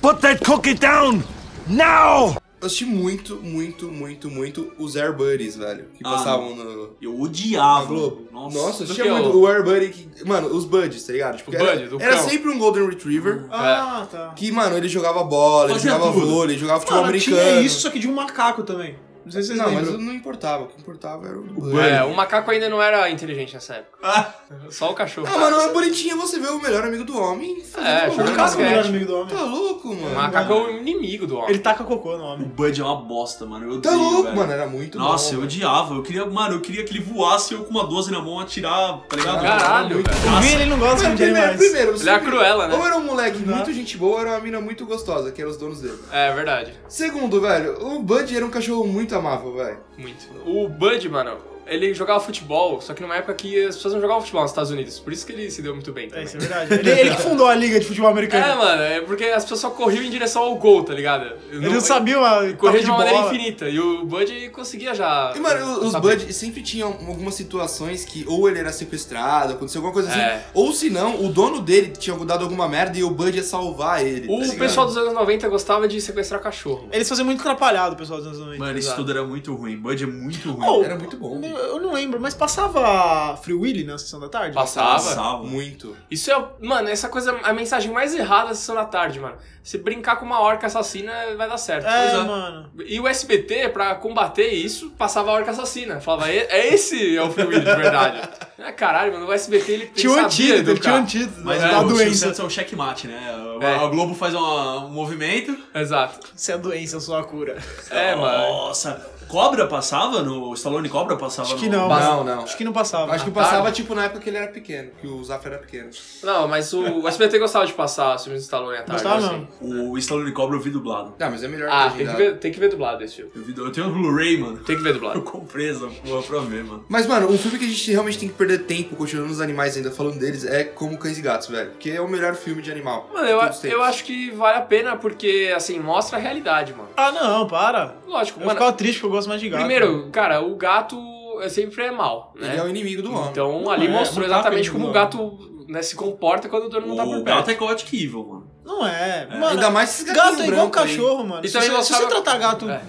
S7: Put that cookie down! Now!
S1: Eu assisti muito, muito, muito, muito os Air Buddies, velho, que
S2: Ah,
S1: passavam no...
S2: Eu
S1: na
S2: odiava.
S1: Globo. Nossa,
S2: Nossa.
S1: assistia
S3: que é
S1: muito
S3: o-
S1: o Air Buddy. Que, mano, os Buddies, tá ligado? Tipo,
S3: O
S1: era,
S3: Buddy, do Hum.
S1: era
S3: cão.
S1: sempre um Golden Retriever.
S4: Ah, tá.
S1: Que, mano, ele jogava bola, ele
S2: Fazia
S1: jogava
S2: tudo.
S1: vôlei, jogava futebol
S4: Mano,
S1: americano.
S4: tinha isso, só que de um macaco também. Não sei se vocês
S1: Não, mas
S4: lembram.
S1: não importava. O que importava era o Buddy.
S3: É, o macaco ainda não era inteligente nessa época.
S2: Ah,
S3: Só o cachorro.
S1: Ah, mano, é bonitinha você vê o melhor amigo do homem fazendo
S3: É,
S1: bagulho.
S4: O
S3: jogando
S4: macaco é o melhor
S3: basquete.
S4: amigo do homem.
S1: Tá louco, mano.
S3: O macaco é o inimigo do homem.
S4: Ele taca cocô no
S2: o
S4: homem.
S2: Bud é uma bosta, mano. Eu odeio,
S1: Tá louco,
S2: velho.
S1: mano. Era muito
S2: Nossa,
S1: bom.
S2: eu odiava. Eu queria, mano, eu queria que ele voasse e eu com uma 12 na mão atirar, tá ligado?
S3: Caralho,
S1: muito
S3: velho.
S4: O Vini, ele não gosta
S1: Mano,
S4: de
S1: primeiro,
S4: animais.
S1: primeiro, você
S3: Ele é a
S1: vê-
S3: Cruella, né?
S1: Ou era um moleque muito
S4: Não.
S1: gente boa, ou era uma mina muito gostosa, que eram os donos dele.
S3: É verdade.
S1: Segundo, velho, o Bud era um cachorro muito amável, velho.
S3: Muito. O Bud, mano, ele jogava futebol, só que numa época que as pessoas não jogavam futebol nos Estados Unidos. Por isso que ele se deu muito bem.
S4: É,
S3: Também.
S4: isso é verdade. Ele, ele que fundou a liga de futebol americano.
S3: É, mano, é porque as pessoas só corriam em direção ao gol, tá ligado?
S4: Ele não sabia uma
S3: Corria
S4: correr
S3: de uma maneira infinita. E o Bud conseguia já.
S1: E, mano, os
S3: saber.
S1: Bud sempre tinham algumas situações que ou ele era sequestrado, aconteceu alguma coisa assim,
S3: É.
S1: ou se não, o dono dele tinha dado alguma merda e o Bud ia salvar ele. tá
S3: O
S1: ligado?
S3: pessoal dos anos 90 gostava de sequestrar cachorro.
S4: Eles faziam muito atrapalhado, o pessoal dos anos 90.
S2: Mano, isso tudo era muito ruim. Bud é muito ruim.
S4: Oh,
S1: Era muito bom.
S4: Eu eu não lembro, mas passava Free Willy na sessão da
S1: É,
S4: tarde?
S3: Passava.
S2: Passava.
S1: Muito.
S3: Isso é, mano, essa coisa, a mensagem mais errada da sessão da tarde, mano. Se brincar com uma orca assassina, vai dar certo.
S4: É,
S3: Pois é.
S4: mano.
S3: E o SBT, pra combater isso, passava a orca assassina. Falava, "É- é esse é o filme de verdade. É, caralho, mano, o SBT, ele
S4: Tinha um
S3: sabia
S4: antídoto, ele
S3: educar.
S4: tinha um antídoto.
S2: Mas
S4: né?
S2: é,
S4: da
S2: o Silvio
S4: doença.
S2: Santos é o checkmate, né?
S3: É.
S2: A Globo faz uma- um movimento.
S3: Exato.
S4: Se é a doença, eu sou a cura.
S3: É, mano.
S2: Nossa. Cobra passava no. Stallone Cobra passava
S4: Acho que
S2: no-
S4: não.
S1: Não, não.
S4: Acho que não passava.
S1: Acho que
S4: Ah,
S1: passava, tipo, na época que ele era pequeno, que o Zafra era pequeno.
S3: Não, mas o, o SBT gostava de passar os filmes do Stallone à tarde.
S4: Gostava
S3: assim.
S4: não.
S2: O Stallone Cobra eu vi dublado.
S1: Tá, mas é melhor que
S3: Ah, tem que,
S1: agendado.
S3: ver, tem que ver dublado esse filme.
S2: Eu, vi, eu tenho o Blu-ray, mano.
S3: Tem que ver
S2: Eu
S3: dublado.
S2: comprei essa porra pra ver, mano.
S1: Mas, mano, um filme que a gente realmente tem que perder tempo continuando os animais ainda falando deles é Como Cães e Gatos, velho. Porque é o melhor filme de animal.
S3: Mano, eu, eu acho que vale a pena porque, assim, mostra a realidade, mano.
S4: Ah, não, para.
S3: Lógico,
S4: Eu né?
S3: mano.
S4: ficava triste porque eu gosto mais de gato.
S3: Primeiro, cara, o gato é sempre é mal,
S1: Ele
S3: né?
S1: é o inimigo do homem.
S3: Então
S4: Não
S3: ali
S4: é,
S3: mostrou
S4: não tá
S3: exatamente
S4: pedindo
S3: como o
S4: nome.
S3: gato né, se comporta quando o dono não tá
S2: O
S3: por
S2: gato
S3: perto.
S2: é Chaotic Evil, mano.
S4: Não é. Mano,
S1: Ainda mais esses
S4: gato é
S1: gatinhos
S4: igual
S1: brancos aí.
S4: cachorro, mano.
S3: E
S4: Se
S3: também
S4: você, se
S3: mostrava-
S4: você tratar gato,
S3: É.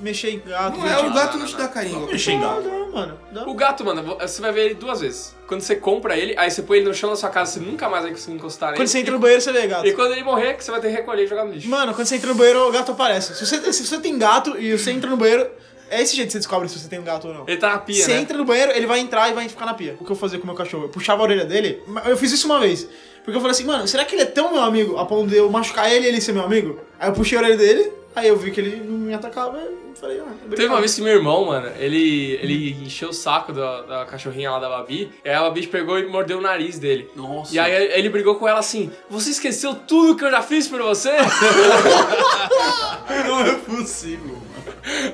S4: mexer em gato...
S1: Não é, o
S4: mexer-
S1: gato não te dá carinho.
S2: Mexer em
S4: Não,
S2: gato.
S4: não, mano. Dá-
S3: O gato, mano, você vai ver ele duas vezes. Quando você compra ele, aí você põe ele no chão da sua casa, você nunca mais vai conseguir encostar nele.
S4: Quando você entra no banheiro, você vê gato.
S3: é E quando ele morrer, que você vai ter que recolher e jogar no lixo.
S4: Mano, quando você entra no banheiro, o gato aparece. Se você, se você tem gato e você entra no banheiro, é esse jeito que você descobre se você tem um gato ou não.
S3: Ele tá na pia,
S4: você
S3: né?
S4: entra no banheiro, ele vai entrar e vai ficar na pia. O que eu fazia com o meu cachorro? Eu puxava a orelha dele. Eu fiz isso uma vez. Porque eu falei assim, mano, será que ele é tão meu amigo a ponto de eu machucar ele e ele ser meu amigo? Aí eu puxei a orelha dele, aí eu vi que ele não me atacava e falei, ah, obrigado.
S3: Teve uma vez que meu irmão, mano, ele, ele encheu o saco da, da cachorrinha lá da Babi, e aí a Babi pegou e mordeu o nariz dele.
S2: Nossa.
S3: E aí ele brigou com ela assim: Você esqueceu tudo que eu já fiz por você?
S2: Não é possível, mano.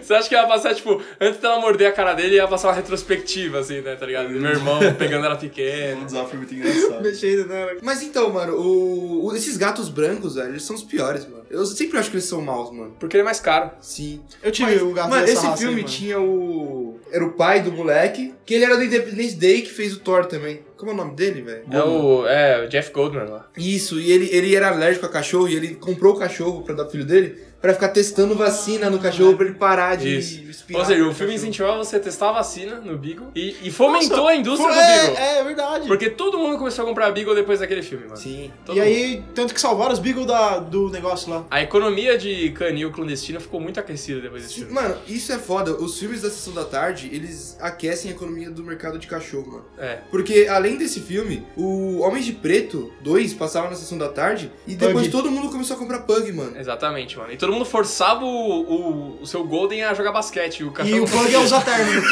S3: Você acha que ia passar, tipo, antes dela morder a cara dele, ia passar uma retrospectiva, assim, né, tá ligado? Meu irmão pegando ela pequena.
S2: É
S8: Um desafio muito engraçado.
S4: Mexendo nela.
S1: Mas então, mano, o, o- esses gatos brancos, velho, eles são os piores, mano. Eu sempre acho que eles são maus, mano.
S3: Porque ele é mais caro.
S1: Sim.
S4: Eu tive
S1: Mas,
S4: o gato
S1: Mano,
S4: dessa
S1: esse
S4: raça,
S1: filme
S4: hein, mano.
S1: tinha o. Era o pai do moleque, que ele era do Independence Day que fez o Thor também. Como é o nome dele, velho?
S3: É o, é o Jeff Goldman lá.
S1: Isso, e ele, ele era alérgico a cachorro e ele comprou o cachorro pra dar pro filho dele pra ficar testando vacina no cachorro pra ele parar de
S3: Isso.
S1: respirar.
S3: Ou seja,
S1: no
S3: o
S1: cachorro.
S3: filme incentivava você a testar a vacina no Beagle e, e fomentou a indústria do Beagle.
S4: É, é verdade.
S3: Porque todo mundo começou a comprar Beagle depois daquele filme, mano.
S1: Sim.
S3: Todo
S4: e
S3: mundo.
S4: aí, tanto que salvaram os Beagle da, do negócio lá.
S3: A economia de canil clandestino ficou muito aquecida depois desse filme.
S1: Mano, isso é foda. Os filmes da sessão da tarde, eles aquecem a economia do mercado de cachorro, mano.
S3: É.
S1: Porque além desse filme, o Homem de Preto 2 passava na sessão da tarde e depois
S4: Pug.
S1: todo mundo começou a comprar Pug, mano.
S3: Exatamente, mano. E todo mundo forçava o, o- o seu Golden a jogar basquete. O cachorro tá
S4: E o
S3: não
S4: Pug é usar terno.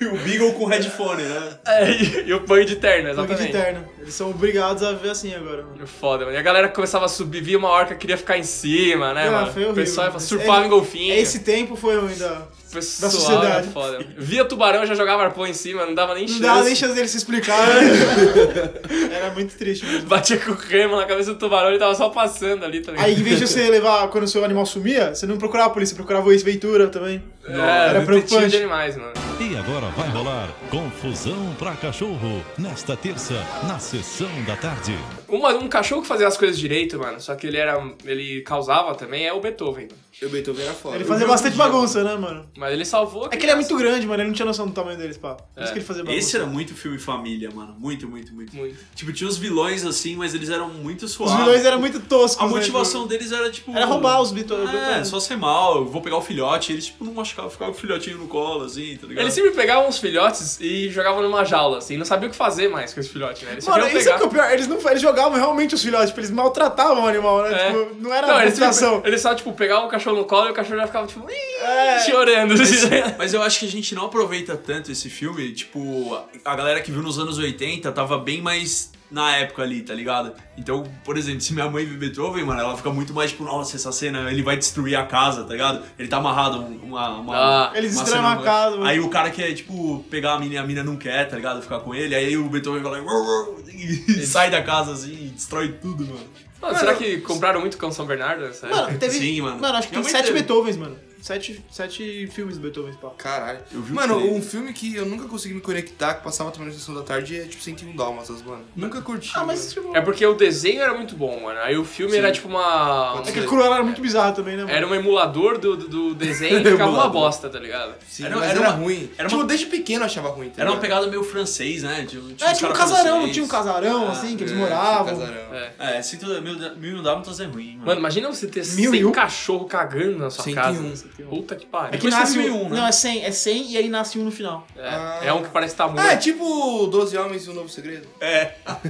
S2: E o Beagle com headphone, né?
S3: É, e, e o Pug de terno,
S4: Pug de
S3: exatamente. É
S4: terno. Eles são obrigados a ver assim agora, mano.
S3: Foda, mano. E a galera começava a subir, via uma orca, queria ficar em cima, né,
S4: Ah,
S3: mano?
S4: foi horrível.
S3: o pessoal ia
S4: Esse-
S3: surfar
S4: é-
S3: em golfinho.
S4: É esse tempo foi ainda.
S3: O pessoal
S4: da sociedade.
S3: era foda. mano. Via tubarão, já jogava arpão em cima, não dava nem
S4: Não
S3: chance.
S4: dava nem chance dele se explicar. né? Era muito triste mesmo.
S3: Batia com o remo na cabeça do tubarão, ele tava só passando ali, tá ligado?
S4: Aí, em vez de você levar quando o seu animal sumia, você não procurava a polícia, procurava o ex-ventura também.
S3: é, era
S4: preocupante.
S3: de animais, mano.
S6: E agora vai rolar Confusão pra Cachorro, nesta terça, na sessão da tarde.
S3: Uma- um cachorro que fazia as coisas direito, mano, só que ele era. ele causava também, é o Beethoven.
S1: Eu Beethoven era foda.
S4: Ele fazia bastante bagunça, né, mano?
S3: Mas ele salvou.
S4: É que ele é muito grande, mano. Ele não tinha noção do tamanho deles, pá. Por isso que ele fazia bagunça.
S2: Esse era muito filme família, mano. Muito, muito, muito.
S3: Muito.
S2: Tipo, tinha os vilões assim, mas eles eram muito
S4: Os
S2: suaves.
S4: vilões eram muito toscos.
S2: A
S4: né,
S2: motivação deles era tipo.
S4: tipo, Era roubar os né? Beatles.
S2: É, só ser mal, eu vou pegar o filhote. Eles, tipo, não machucavam, ficavam com o filhotinho no colo, assim, tá ligado?
S3: Eles sempre pegavam uns filhotes e jogavam numa jaula, assim, não sabia o que fazer mais com esse filhote, né? Eles só
S4: Mano,
S3: queriam
S4: isso é
S3: pegar.
S4: que é o pior. Eles, não, eles jogavam realmente os filhotes, tipo, eles maltratavam o animal, né?
S3: É.
S4: Tipo, não era
S3: Não, eles,
S4: motivação.
S3: sempre- eles só, tipo, pegavam o cachorro no colo e o cachorro já ficava, tipo, "Ih",
S4: É.
S3: chorando. assim, né?
S2: Mas eu acho que a gente não aproveita tanto esse filme. Tipo, a galera que viu nos anos 80 tava bem mais na época ali, tá ligado? Então, por exemplo, se minha mãe vê Beethoven, mano, ela fica muito mais tipo, nossa, essa cena, ele vai destruir a casa, tá ligado? Ele tá amarrado um- uma. uma
S3: Ah.
S4: Eles
S2: uma
S4: destroem
S2: cena-
S4: uma casa, mano.
S2: Aí o cara quer, tipo, pegar a mina e a mina não quer, tá ligado? Ficar com ele. Aí o Beethoven vai lá e- e sai da casa assim e destrói tudo, mano.
S3: Mano, será que compraram muito cão São Bernardo? Sério?
S4: Mano, teve.
S2: Sim, mano.
S4: acho que
S2: Minha
S4: tem
S2: mãe
S4: sete
S2: teve.
S4: Beethovens, mano. Sete, sete filmes Beethovens, pá.
S1: Caralho.
S2: Eu vi o
S1: Mano,
S2: trailer.
S1: um filme que eu nunca consegui me conectar, que passava também na sessão da tarde, é tipo 101 Dálmatas, mano. Nunca curti.
S4: Ah, mas tipo.
S3: É porque o desenho era muito bom, mano. Aí o filme era tipo uma.
S1: Pode
S4: É
S1: ser.
S4: que aquilo lá era muito bizarro também, né, mano?
S3: Era um emulador do, do- do desenho e ficava uma
S1: Emulador.
S3: bosta, tá ligado?
S1: Sim,
S2: Era-
S1: mas
S2: era
S1: era,
S2: uma-
S1: ruim.
S2: era
S1: tipo,
S2: uma-
S1: desde pequeno eu achava ruim. tá
S2: Era uma
S1: ligado?
S2: pegada meio francês, né? Tinha,
S4: É,
S2: uns
S4: tinha
S2: cara
S4: um casarão, não
S2: francês.
S4: tinha um casarão, assim, que eles moravam.
S1: É, um Casarão.
S3: É.
S2: É, sinto, mil, mil dálmatas é ruim, mano.
S3: Mano, imagina você ter
S4: Mil
S3: 100
S4: e um?
S3: cachorro cagando na sua
S1: 101.
S3: casa. Puta que pariu.
S4: É
S3: É,
S4: que
S2: Depois
S4: nasce
S2: teve
S4: um,
S2: um, né?
S4: Não, é 100, é 100 e aí nasce um no final.
S3: é um que parece que tá morto.
S1: Ah, é tipo 12 Homens e um Novo Segredo.
S3: assim.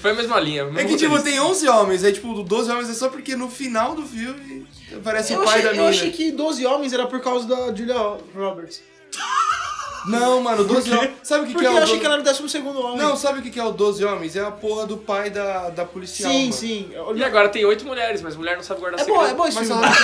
S3: Foi a mesma linha. o
S1: É
S3: mesmo
S1: que, tipo,
S3: roteirista.
S1: tem 11 homens, aí, tipo, do 12 homens é só porque no final do filme aparece
S4: Eu
S1: o pai
S4: achei,
S1: da
S4: eu
S1: mina.
S4: achei que 12 homens era por causa da Julia Roberts.
S1: Não, mano, 12 homens. Sabe o que,
S4: Porque
S1: que é o
S4: eu achei
S1: do-
S4: que ela era o 12 segundo homem.
S1: Não, sabe o que que é o 12 homens? É a porra do pai da, da policial.
S4: sim,
S1: mano.
S4: sim. Eu-
S3: E agora tem oito mulheres, mas mulher não sabe guardar
S4: É bom,
S3: segredo.
S4: é bom esse
S1: Mas
S4: filme.
S1: ela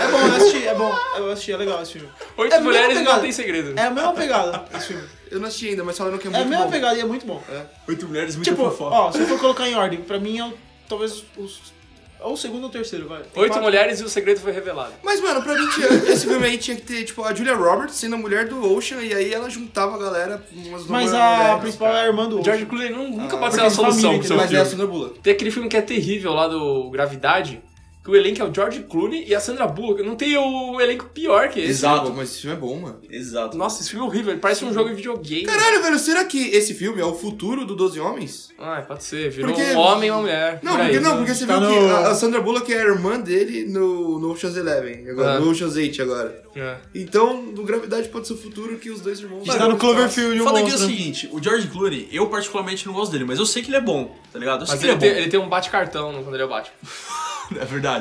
S4: É bom, eu assisti, é bom. Eu assisti, é legal esse filme.
S3: Oito
S4: É a mesma
S3: mulheres e não
S4: pegada.
S3: tem segredo.
S4: É a mesma pegada esse filme.
S1: Eu não assisti ainda, mas falaram que é
S4: É a
S1: muito
S4: mesma
S1: bom.
S4: pegada e é muito bom.
S2: Oito mulheres, muito
S4: Tipo,
S2: fofoca.
S4: ó, se eu for colocar em ordem, pra mim é o- talvez os. Ou o segundo ou o terceiro, vai. Tem
S3: Oito
S4: quatro-
S3: mulheres e o segredo foi revelado.
S1: Mas, mano, pra mim, tinha- esse filme aí tinha que ter, tipo, a Julia Roberts sendo a mulher do Ocean, e aí ela juntava a galera, umas
S4: Mas
S1: namoradas
S4: a
S1: mulheres,
S4: principal
S1: cara.
S4: é a irmã do
S3: O George Clooney nu- nunca pode ser
S4: Ah, porque
S3: a
S4: de família
S3: solução pro
S4: que
S3: seu
S1: Mas é a
S3: filme.
S1: Sandra Bullock.
S3: Tem aquele filme que é terrível lá do Gravidade, que o elenco é o George Clooney e a Sandra Bullock. Não tem o elenco pior que esse.
S1: Exato. Mas esse filme é bom, mano.
S2: Exato.
S3: Nossa, esse filme é horrível, ele parece um jogo de videogame.
S1: Caralho, velho, será que esse filme é o futuro do 12 Homens?
S3: Ah, pode ser, virou
S1: Porque-
S3: um homem e uma mulher.
S1: Não,
S3: por aí.
S1: porque, não, porque você
S4: Tá
S1: viu
S4: no-
S1: que a a Sandra Bullock é a irmã dele no, no Ocean's Eleven, agora,
S3: Ah.
S1: no Ocean's 8 agora.
S3: É.
S1: Então, no Gravidade pode ser o futuro que os dois irmãos...
S4: A gente tá no Cloverfield e o
S2: Foda que é o
S4: monstro.
S2: seguinte, o George Clooney, eu particularmente não gosto dele, mas eu sei que ele é bom, tá ligado? Eu sei
S3: Mas
S2: que ele,
S3: ele tem,
S2: é
S3: ele tem um bate-cartão no- quando ele é o Batman.
S2: bom, é verdade.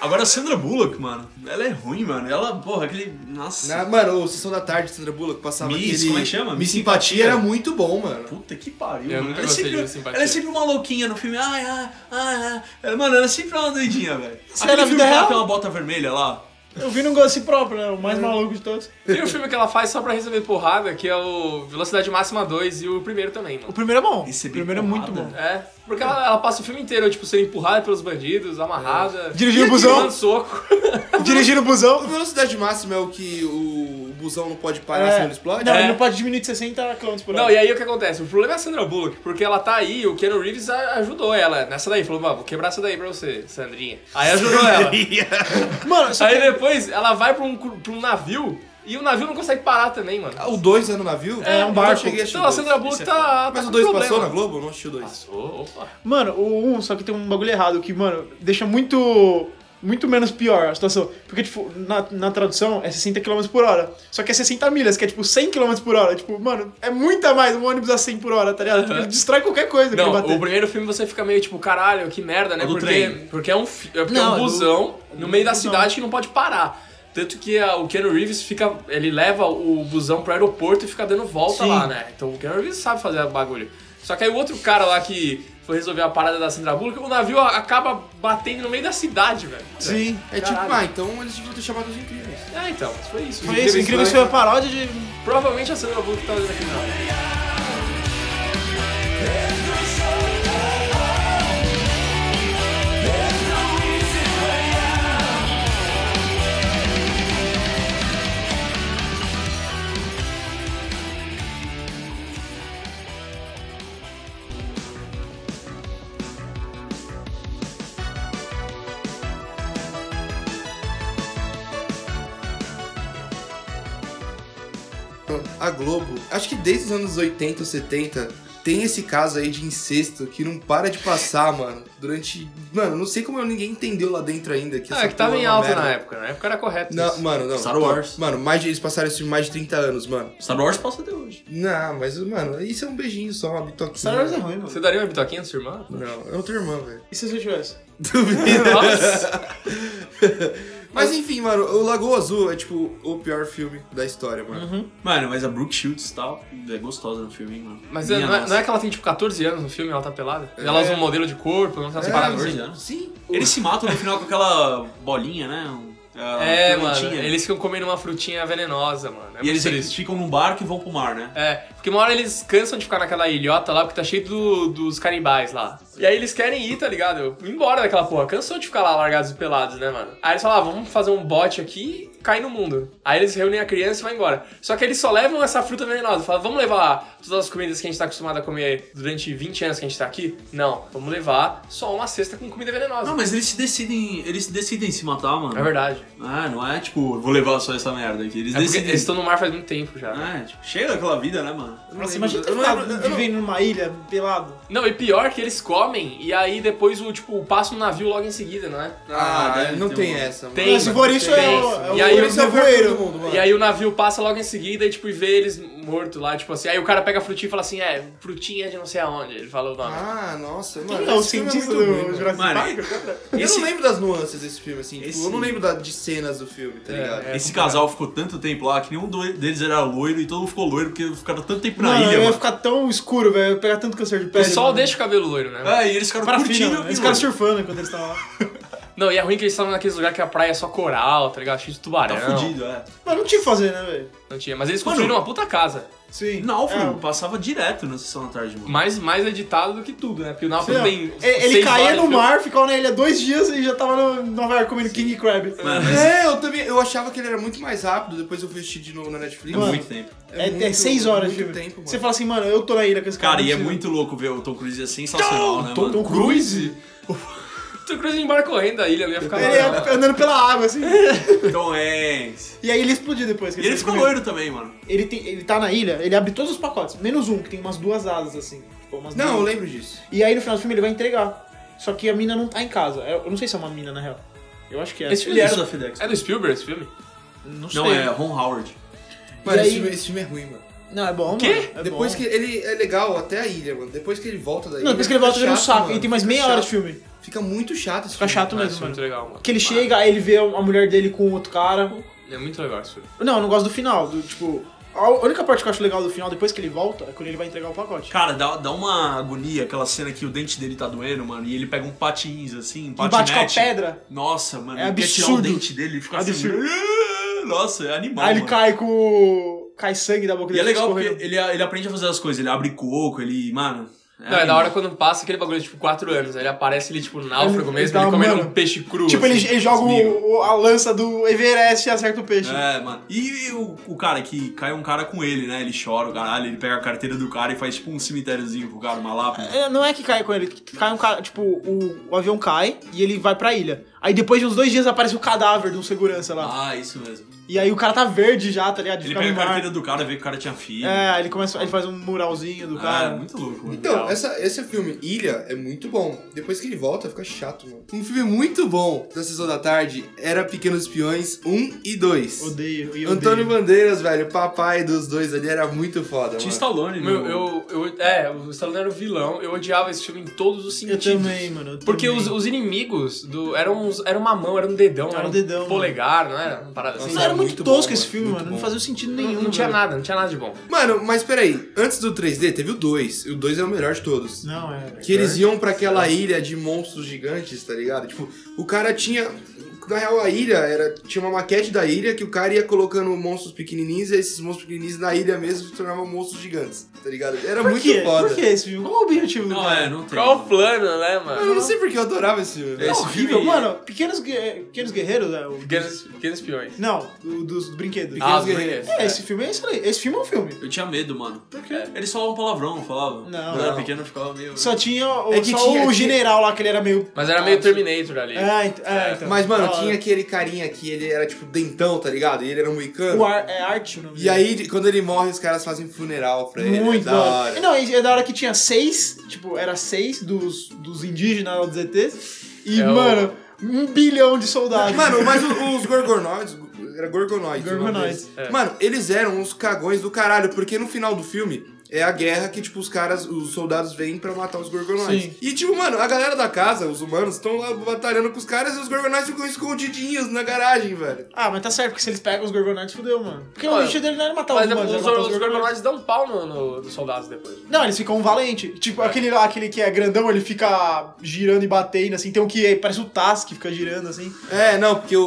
S2: Agora a Sandra Bullock, mano, ela é ruim, mano. Ela, porra, aquele... Nossa,
S1: Na- mano, o Sessão da Tarde, Sandra Bullock, passava
S2: Miss,
S1: aquele...
S2: como é que chama?
S1: Miss
S2: Miss
S1: Simpatia
S2: Simpatia.
S1: era muito bom, mano.
S2: puta que pariu,
S3: Eu
S2: mano.
S3: nunca
S2: Ela é,
S3: gostei de
S2: sempre,
S3: Simpatia.
S2: ela é sempre uma louquinha no filme. Ai, ai, ai, ai. Ela- Mano, ela é sempre uma doidinha, velho.
S4: é na
S2: Aquele filme
S4: vida
S2: que ela
S4: real?
S2: tem uma bota vermelha lá.
S4: Eu vi num gosto próprio, né? O mais maluco de todos.
S3: Tem um filme que ela faz só pra receber porrada, que é o Velocidade Máxima 2 e o primeiro também,
S4: O
S3: mano.
S4: primeiro é bom.
S2: Recebi
S4: o primeiro
S2: porrada.
S4: é muito bom.
S3: É, porque ela, ela passa o filme inteiro, tipo, sendo empurrada pelos bandidos, amarrada.
S4: Dirigindo o busão.
S3: tomando soco.
S4: Dirigindo o
S1: A
S4: busão.
S1: velocidade máxima é o que o busão não pode parar
S4: É.
S1: senão ele explode?
S4: Não,
S1: É.
S4: ele não pode diminuir de 60 km por hora.
S3: Não, e aí o que acontece? O problema é a Sandra Bullock, porque ela tá aí, o Keanu Reeves a- ajudou ela nessa daí. Falou, mano, vou quebrar essa daí pra você, Sandrinha. Aí ajudou ela.
S4: Mano, só
S3: Aí
S4: que...
S3: depois ela vai pra um, cru- pra um navio e o navio não consegue parar também, mano.
S1: O 2 é no navio?
S4: É, um barco.
S1: Eu cheguei a assistir
S3: Então a
S1: o dois. é
S3: Sandra Bullock tá.
S1: Mas
S3: tá
S1: o 2
S3: com
S1: passou
S3: problema.
S1: na Globo? Eu não assisti o 2.
S3: Passou, opa.
S4: Mano, o 1, só que tem um bagulho errado que, mano, deixa muito. Muito menos pior a situação. Porque, tipo, na, na tradução é 60 km por hora. Só que é 60 milhas, que é tipo 100 km por hora. Tipo, mano, é muita mais um ônibus a 100 por hora, tá ligado? Tipo, Ele destrói qualquer coisa que ele
S3: Não,
S4: bater.
S3: o primeiro filme você fica meio tipo, caralho, que merda, né?
S2: O do
S3: Porque,
S2: trem.
S3: porque é um, fi- é porque é
S4: Não,
S3: um
S4: é do-
S3: busão no meio da
S4: busão.
S3: cidade que não pode parar. Tanto que ah, o Keanu Reeves fica. Ele leva o busão pro aeroporto e fica dando volta
S4: Sim.
S3: lá, né? Então o Keanu Reeves sabe fazer o bagulho. Só que aí o outro cara lá que foi resolver a parada da Sandra Bullock, o navio a- acaba batendo no meio da cidade, velho.
S4: Sim.
S1: É tipo, ah, então eles deviam ter chamado os incríveis.
S3: Ah, então, mas foi isso.
S4: Foi isso, incrível, isso foi uma paródia de.
S3: Provavelmente a Sandra Bullock tá olhando aqui não.
S1: A Globo, acho que desde os anos 80 ou 70, tem esse caso aí de incesto que não para de passar, mano. Durante. Mano, não sei como ninguém entendeu lá dentro ainda. Que
S3: Ah,
S1: essa
S3: é que tava
S1: porra
S3: em
S1: é uma
S3: alta
S1: merda.
S3: na época, na época era correto.
S1: Não,
S3: isso.
S1: mano, não.
S2: Star
S1: Pô,
S2: Wars.
S1: Mano, mais de, eles passaram isso mais de 30 anos, mano.
S2: Star Wars passa até hoje.
S1: Não, mas, mano, isso é um beijinho só, uma bitoquinha.
S4: Star Wars é ruim, mano.
S3: Você daria uma bitoquinha na sua irmã?
S1: Não, eu não tenho irmã, velho.
S4: E se você tivesse?
S3: Nossa.
S1: Mas enfim, mano, o Lagoa Azul é tipo o pior filme da história, mano.
S2: Mano, mas a Brooke Shields e tal é gostosa no filme, hein, mano.
S3: Mas
S2: Minha
S3: não é,
S2: nossa.
S3: não é que ela tem tipo 14 anos no filme, ela tá pelada? Ela usa um modelo de corpo, não tá
S1: É,
S3: separado.
S2: mas-
S1: sim,
S2: anos.
S1: Sim.
S2: Eles se matam no final com aquela bolinha, né? Um- a
S3: É, mano,
S2: pimentinha. né?
S3: eles ficam comendo uma frutinha venenosa, mano. É
S2: E
S3: muito
S2: eles
S3: triste.
S2: ficam num barco e vão pro mar, né?
S3: É, porque uma hora eles cansam de ficar naquela ilhota lá, porque tá cheio do- dos canibais lá. E aí eles querem ir, tá ligado? Ir Embora daquela porra. Cansou de ficar lá largados e pelados, né, mano? Aí eles falam, ah, vamos fazer um bote aqui e cair no mundo. Aí eles reúnem a criança e vão embora. Só que eles só levam essa fruta venenosa. Falam, vamos levar todas as comidas que a gente tá acostumado a comer durante 20 anos que a gente tá aqui? Não, vamos levar só uma cesta com comida venenosa.
S2: Não, mas eles se decidem. Eles se decidem se matar, mano.
S3: É verdade.
S2: Ah, não é tipo, eu vou levar só essa merda aqui. Eles
S3: É porque
S2: decidem.
S3: eles estão no mar faz muito tempo já.
S2: Ah, tipo, chega daquela vida, né, mano?
S4: Nossa, imagina
S1: eu
S4: tu
S1: não
S4: ficar
S1: lembro- eu não-
S4: vivendo numa ilha, pelado.
S3: Não, e pior que eles comem e aí depois o tipo passa um navio logo em seguida, não é?
S1: Ah,
S2: deve
S1: não
S2: ter
S1: tem
S2: uma-
S1: essa, mano.
S3: Tem,
S4: Mas se
S3: mano,
S4: for isso,
S3: tem.
S4: é o, é o
S3: E aí,
S1: Esse é o pior filme
S4: nevoeiro.
S1: do mundo, mano.
S3: E aí o navio passa logo em seguida e, tipo, e vê eles mortos lá, tipo assim. Aí o cara pega a frutinha e fala assim, é, frutinha de não sei aonde. Ele falou o nome.
S1: Ah, nossa, mano.
S4: Quem é o
S1: esse filme
S4: cientista
S1: muito ruim,
S4: do
S1: mano.
S4: Jurassic
S2: Mano,
S4: Park?
S1: Eu
S2: Esse-
S1: não lembro das nuances desse filme, assim. tipo,
S2: Esse-
S1: eu não lembro da- de cenas do filme, tá ligado?
S3: é.
S2: Esse casal ficou tanto tempo lá que nenhum do- deles era loiro e todo mundo ficou loiro porque ficaram tanto tempo na
S4: Mano,
S2: ilha,
S4: eu ia
S2: mano.
S4: ficar tão escuro, velho. Eu ia pegar tanto câncer de
S3: o
S4: pele.
S3: sol
S4: mano.
S3: deixa o cabelo loiro, né?
S2: É, e eles ficaram
S4: Parafina,
S2: curtindo.
S4: mano.
S2: e,
S4: Eles
S2: mano,
S4: ficaram surfando enquanto eles estavam lá.
S3: Não, e é ruim que eles estavam naqueles lugares que a praia é só coral, tá ligado? Cheio de tubarão.
S2: Tá fudido, é.
S4: Mano, não tinha o que fazer, né, velho?
S3: Não tinha. Mas eles
S2: Mano,
S3: construíram uma puta casa.
S4: Sim.
S2: Náufrago
S4: É.
S2: passava direto na sessão da tarde, mano.
S3: Mais, mais editado do que tudo, né? Porque o Náufrago
S4: Não,
S3: tem.
S4: ele É, ele
S3: seis
S4: caía
S3: horas
S4: no
S3: de filme.
S4: mar, ficava na ilha dois dias e já tava no Nova York comendo King Crab.
S2: Mano, mas
S1: É, eu também. Eu achava que ele era muito mais rápido, depois eu fui assistir de novo na Netflix.
S2: é
S4: Mano,
S2: muito tempo.
S4: é, é,
S1: muito-
S4: seis horas de
S1: muito
S4: filme.
S1: tempo, mano.
S4: Você fala assim, mano, eu tô na ilha com esse cara.
S2: Cara, e é
S4: não
S2: muito louco ver o Tom Cruise, é sensacional, né, mano?
S4: preciso. Tom Cruise?
S3: Tom Cruise ia embora correndo da ilha, não ia ficar lá.
S4: Ele
S3: não.
S4: ia andando pela água, assim.
S2: Tom Hanks.
S4: e aí ele explodiu depois. que
S2: E ele ficou
S4: comeu.
S2: loiro também, mano.
S4: Ele, tem- ele tá na ilha, ele abre todos os pacotes, menos um, que tem umas duas asas, assim. Tipo, umas
S1: Não, eu
S4: duas.
S1: lembro disso.
S4: E aí no final do filme ele vai entregar. Só que a mina não tá em casa. Eu eu não sei se é uma mina, na real. Eu acho que é.
S3: Esse filme era
S2: da FedEx.
S3: É do Spielberg esse filme?
S4: Não sei.
S2: Não, é Ron Howard.
S1: Mano,
S4: E
S1: esse,
S4: aí-
S1: filme, esse filme é ruim, mano.
S4: Não, é bom,
S3: Quê?
S4: mano. É
S1: depois
S4: bom.
S1: que ele é legal até a ilha, mano. Depois que ele volta da ilha.
S4: Não, depois que ele volta
S1: fica
S4: vira um
S1: chato,
S4: saco.
S1: mano.
S4: E tem mais
S1: Fica
S4: meia
S1: chato.
S4: hora de filme.
S1: Fica muito chato esse
S4: Fica
S1: filme.
S4: chato
S3: Ah, esse
S4: mesmo,
S3: filme é
S4: mano.
S3: muito legal, mano.
S4: Que ele chega, aí ele vê a mulher dele com outro cara.
S3: É muito legal esse filme.
S4: Não, eu não gosto do final. Do, tipo, A única parte que eu acho legal do final, depois que ele volta, é quando ele vai entregar o pacote.
S2: Cara, dá, dá uma agonia aquela cena que o dente dele tá doendo, mano, e ele pega um patins, assim, um
S4: E bate com a
S2: patinete.
S4: pedra.
S2: Nossa, mano,
S4: É
S2: ele quer tirar o
S4: absurdo.
S2: dente dele e fica assim...
S4: Absurdo.
S2: Nossa, é animal,
S4: Aí ele
S2: mano.
S4: cai com. o- cai sangue da boca
S2: E
S4: dele.
S2: é legal porque
S4: escorrendo.
S2: ele, ele aprende a fazer as coisas, ele abre coco, ele... Mano...
S3: Não, é da
S2: animal.
S3: hora quando passa aquele bagulho, tipo, 4 anos. Aí ele aparece ali, tipo, náufrago
S4: Ele-
S3: mesmo,
S4: ele
S3: ele
S4: dá uma-
S3: comendo um peixe cru.
S4: Tipo, ele,
S3: assim,
S4: ele joga
S2: desmiga.
S4: o- o- a lança do Everest e acerta o peixe.
S2: É, mano. E o, o cara que cai um cara com ele, né? Ele chora, o caralho, ele pega a carteira do cara e faz tipo um cemitériozinho pro cara, uma lápide.
S4: É, Não é que cai com ele, que cai um cara, tipo, o, o avião cai e ele vai pra ilha. Aí depois de uns dois dias aparece o cadáver de um segurança lá.
S2: Ah, isso mesmo.
S4: E aí o cara tá verde já, tá ligado? De
S2: Ele
S4: ficar
S2: pega a
S4: no mar.
S2: carteira do cara, vê que o cara tinha filho.
S4: É, aí ele começa, ele faz um muralzinho do
S2: Ah, é
S4: cara.
S2: muito louco, mano.
S1: Então, essa, esse filme, Ilha, é muito bom. Depois que ele volta, fica chato, mano. Um filme muito bom da Sessão da Tarde era Pequenos Espiões 1 e 2.
S4: Odeio, e odeio.
S1: Antônio Bandeiras, velho, papai dos dois ali era muito foda,
S2: Tinha
S1: mano.
S2: Stallone,
S3: Meu,
S2: no-
S3: eu, eu, é, o Stallone era o vilão, eu odiava esse filme em todos os
S4: Eu
S3: sentidos.
S4: também, mano. eu
S3: Porque
S4: também.
S3: os, os inimigos do, eram, uns, era uma mão, era um dedão,
S4: Era
S3: era,
S4: um
S3: um,
S4: dedão,
S3: polegar, não era? Uma parada assim.
S4: Não, era
S1: é
S4: muito,
S1: muito bom,
S4: tosco esse
S1: mano,
S4: filme,
S1: muito
S4: mano. Não
S1: bom.
S4: fazia sentido
S3: Não-
S4: nenhum.
S3: não tinha
S4: velho.
S3: nada, não tinha nada de bom.
S1: Mano, mas peraí, antes do 3D teve o 2. E o 2 é o melhor de todos.
S4: Não, é.
S1: Que eles iam pra aquela ilha de monstros gigantes, tá ligado? Tipo, o cara tinha. Na real, a ilha era. Tinha uma maquete da ilha que o cara ia colocando monstros pequenininhos e esses monstros pequenininhos na ilha mesmo se tornavam monstros gigantes, tá ligado? Era
S4: Por
S1: muito
S4: quê?
S1: foda.
S4: Por que esse filme? Qual é o objetivo do
S2: Não,
S4: cara?
S2: é, não tem.
S3: Qual o plano, né,
S1: Mano, eu não
S3: mano?
S1: sei porque eu adorava esse filme.
S2: É
S4: É
S1: velho.
S2: esse
S4: horrível,
S2: filme-
S4: mano. Pequenos, Guer- Pequenos Guerreiros é o.
S3: Pequenos, pequenos peões.
S4: Não, o dos brinquedos.
S3: Ah, os
S1: Guerreiros.
S3: brinquedos.
S4: É, esse filme é excelente. Esse filme é um filme.
S2: Eu tinha medo, mano.
S3: Por quê?
S2: Eles falavam palavrão, falavam.
S4: Não.
S2: Quando eu era
S1: Não.
S2: pequeno eu ficava meio.
S4: Só tinha o,
S1: É que
S4: só
S1: tinha-
S4: o
S1: tinha-
S4: general lá que ele era meio.
S3: Mas era meio Terminator ali.
S4: É, ent- é, então.
S1: Mas, mano,
S4: Da hora.
S1: tinha aquele carinha que ele era tipo dentão, tá ligado? E ele era um
S4: O
S1: moicano.
S4: ar, é arte o nome
S1: E
S4: dele.
S1: aí, quando ele morre, os caras fazem funeral pra ele.
S4: Muito
S1: é da hora.
S4: E Não, e é da hora que tinha seis, tipo, era seis dos, dos indígenas lá dos ETs. E,
S3: É o-
S4: mano, um bilhão de soldados.
S1: Mano, mas o- os gorgonoides. Era gorgonoides. o nome
S4: Gorgonoides,
S1: deles. Mano, eles eram uns cagões do caralho, porque no final do filme. É a guerra que, tipo, os caras, os soldados vêm pra matar os gorgonoides.
S4: Sim.
S1: E, tipo, mano, a galera da casa, os humanos, estão lá batalhando com os caras e os gorgonoides ficam escondidinhos na garagem, velho.
S4: Ah, mas tá certo, porque se eles pegam os Gorgonauts, fudeu, mano. Porque o
S3: Olha,
S4: objetivo dele não era matar os
S3: Mas é
S4: humanos, era
S3: os,
S4: matar
S3: os,
S4: os Gorgonauts.
S3: gorgonauts dão um pau no, no- nos soldados depois.
S4: Não, eles ficam um valente. Tipo, aquele, lá, aquele que é grandão, ele fica girando e batendo, assim. Tem um que é- parece o Taz, que fica girando, assim.
S1: É, não, porque o,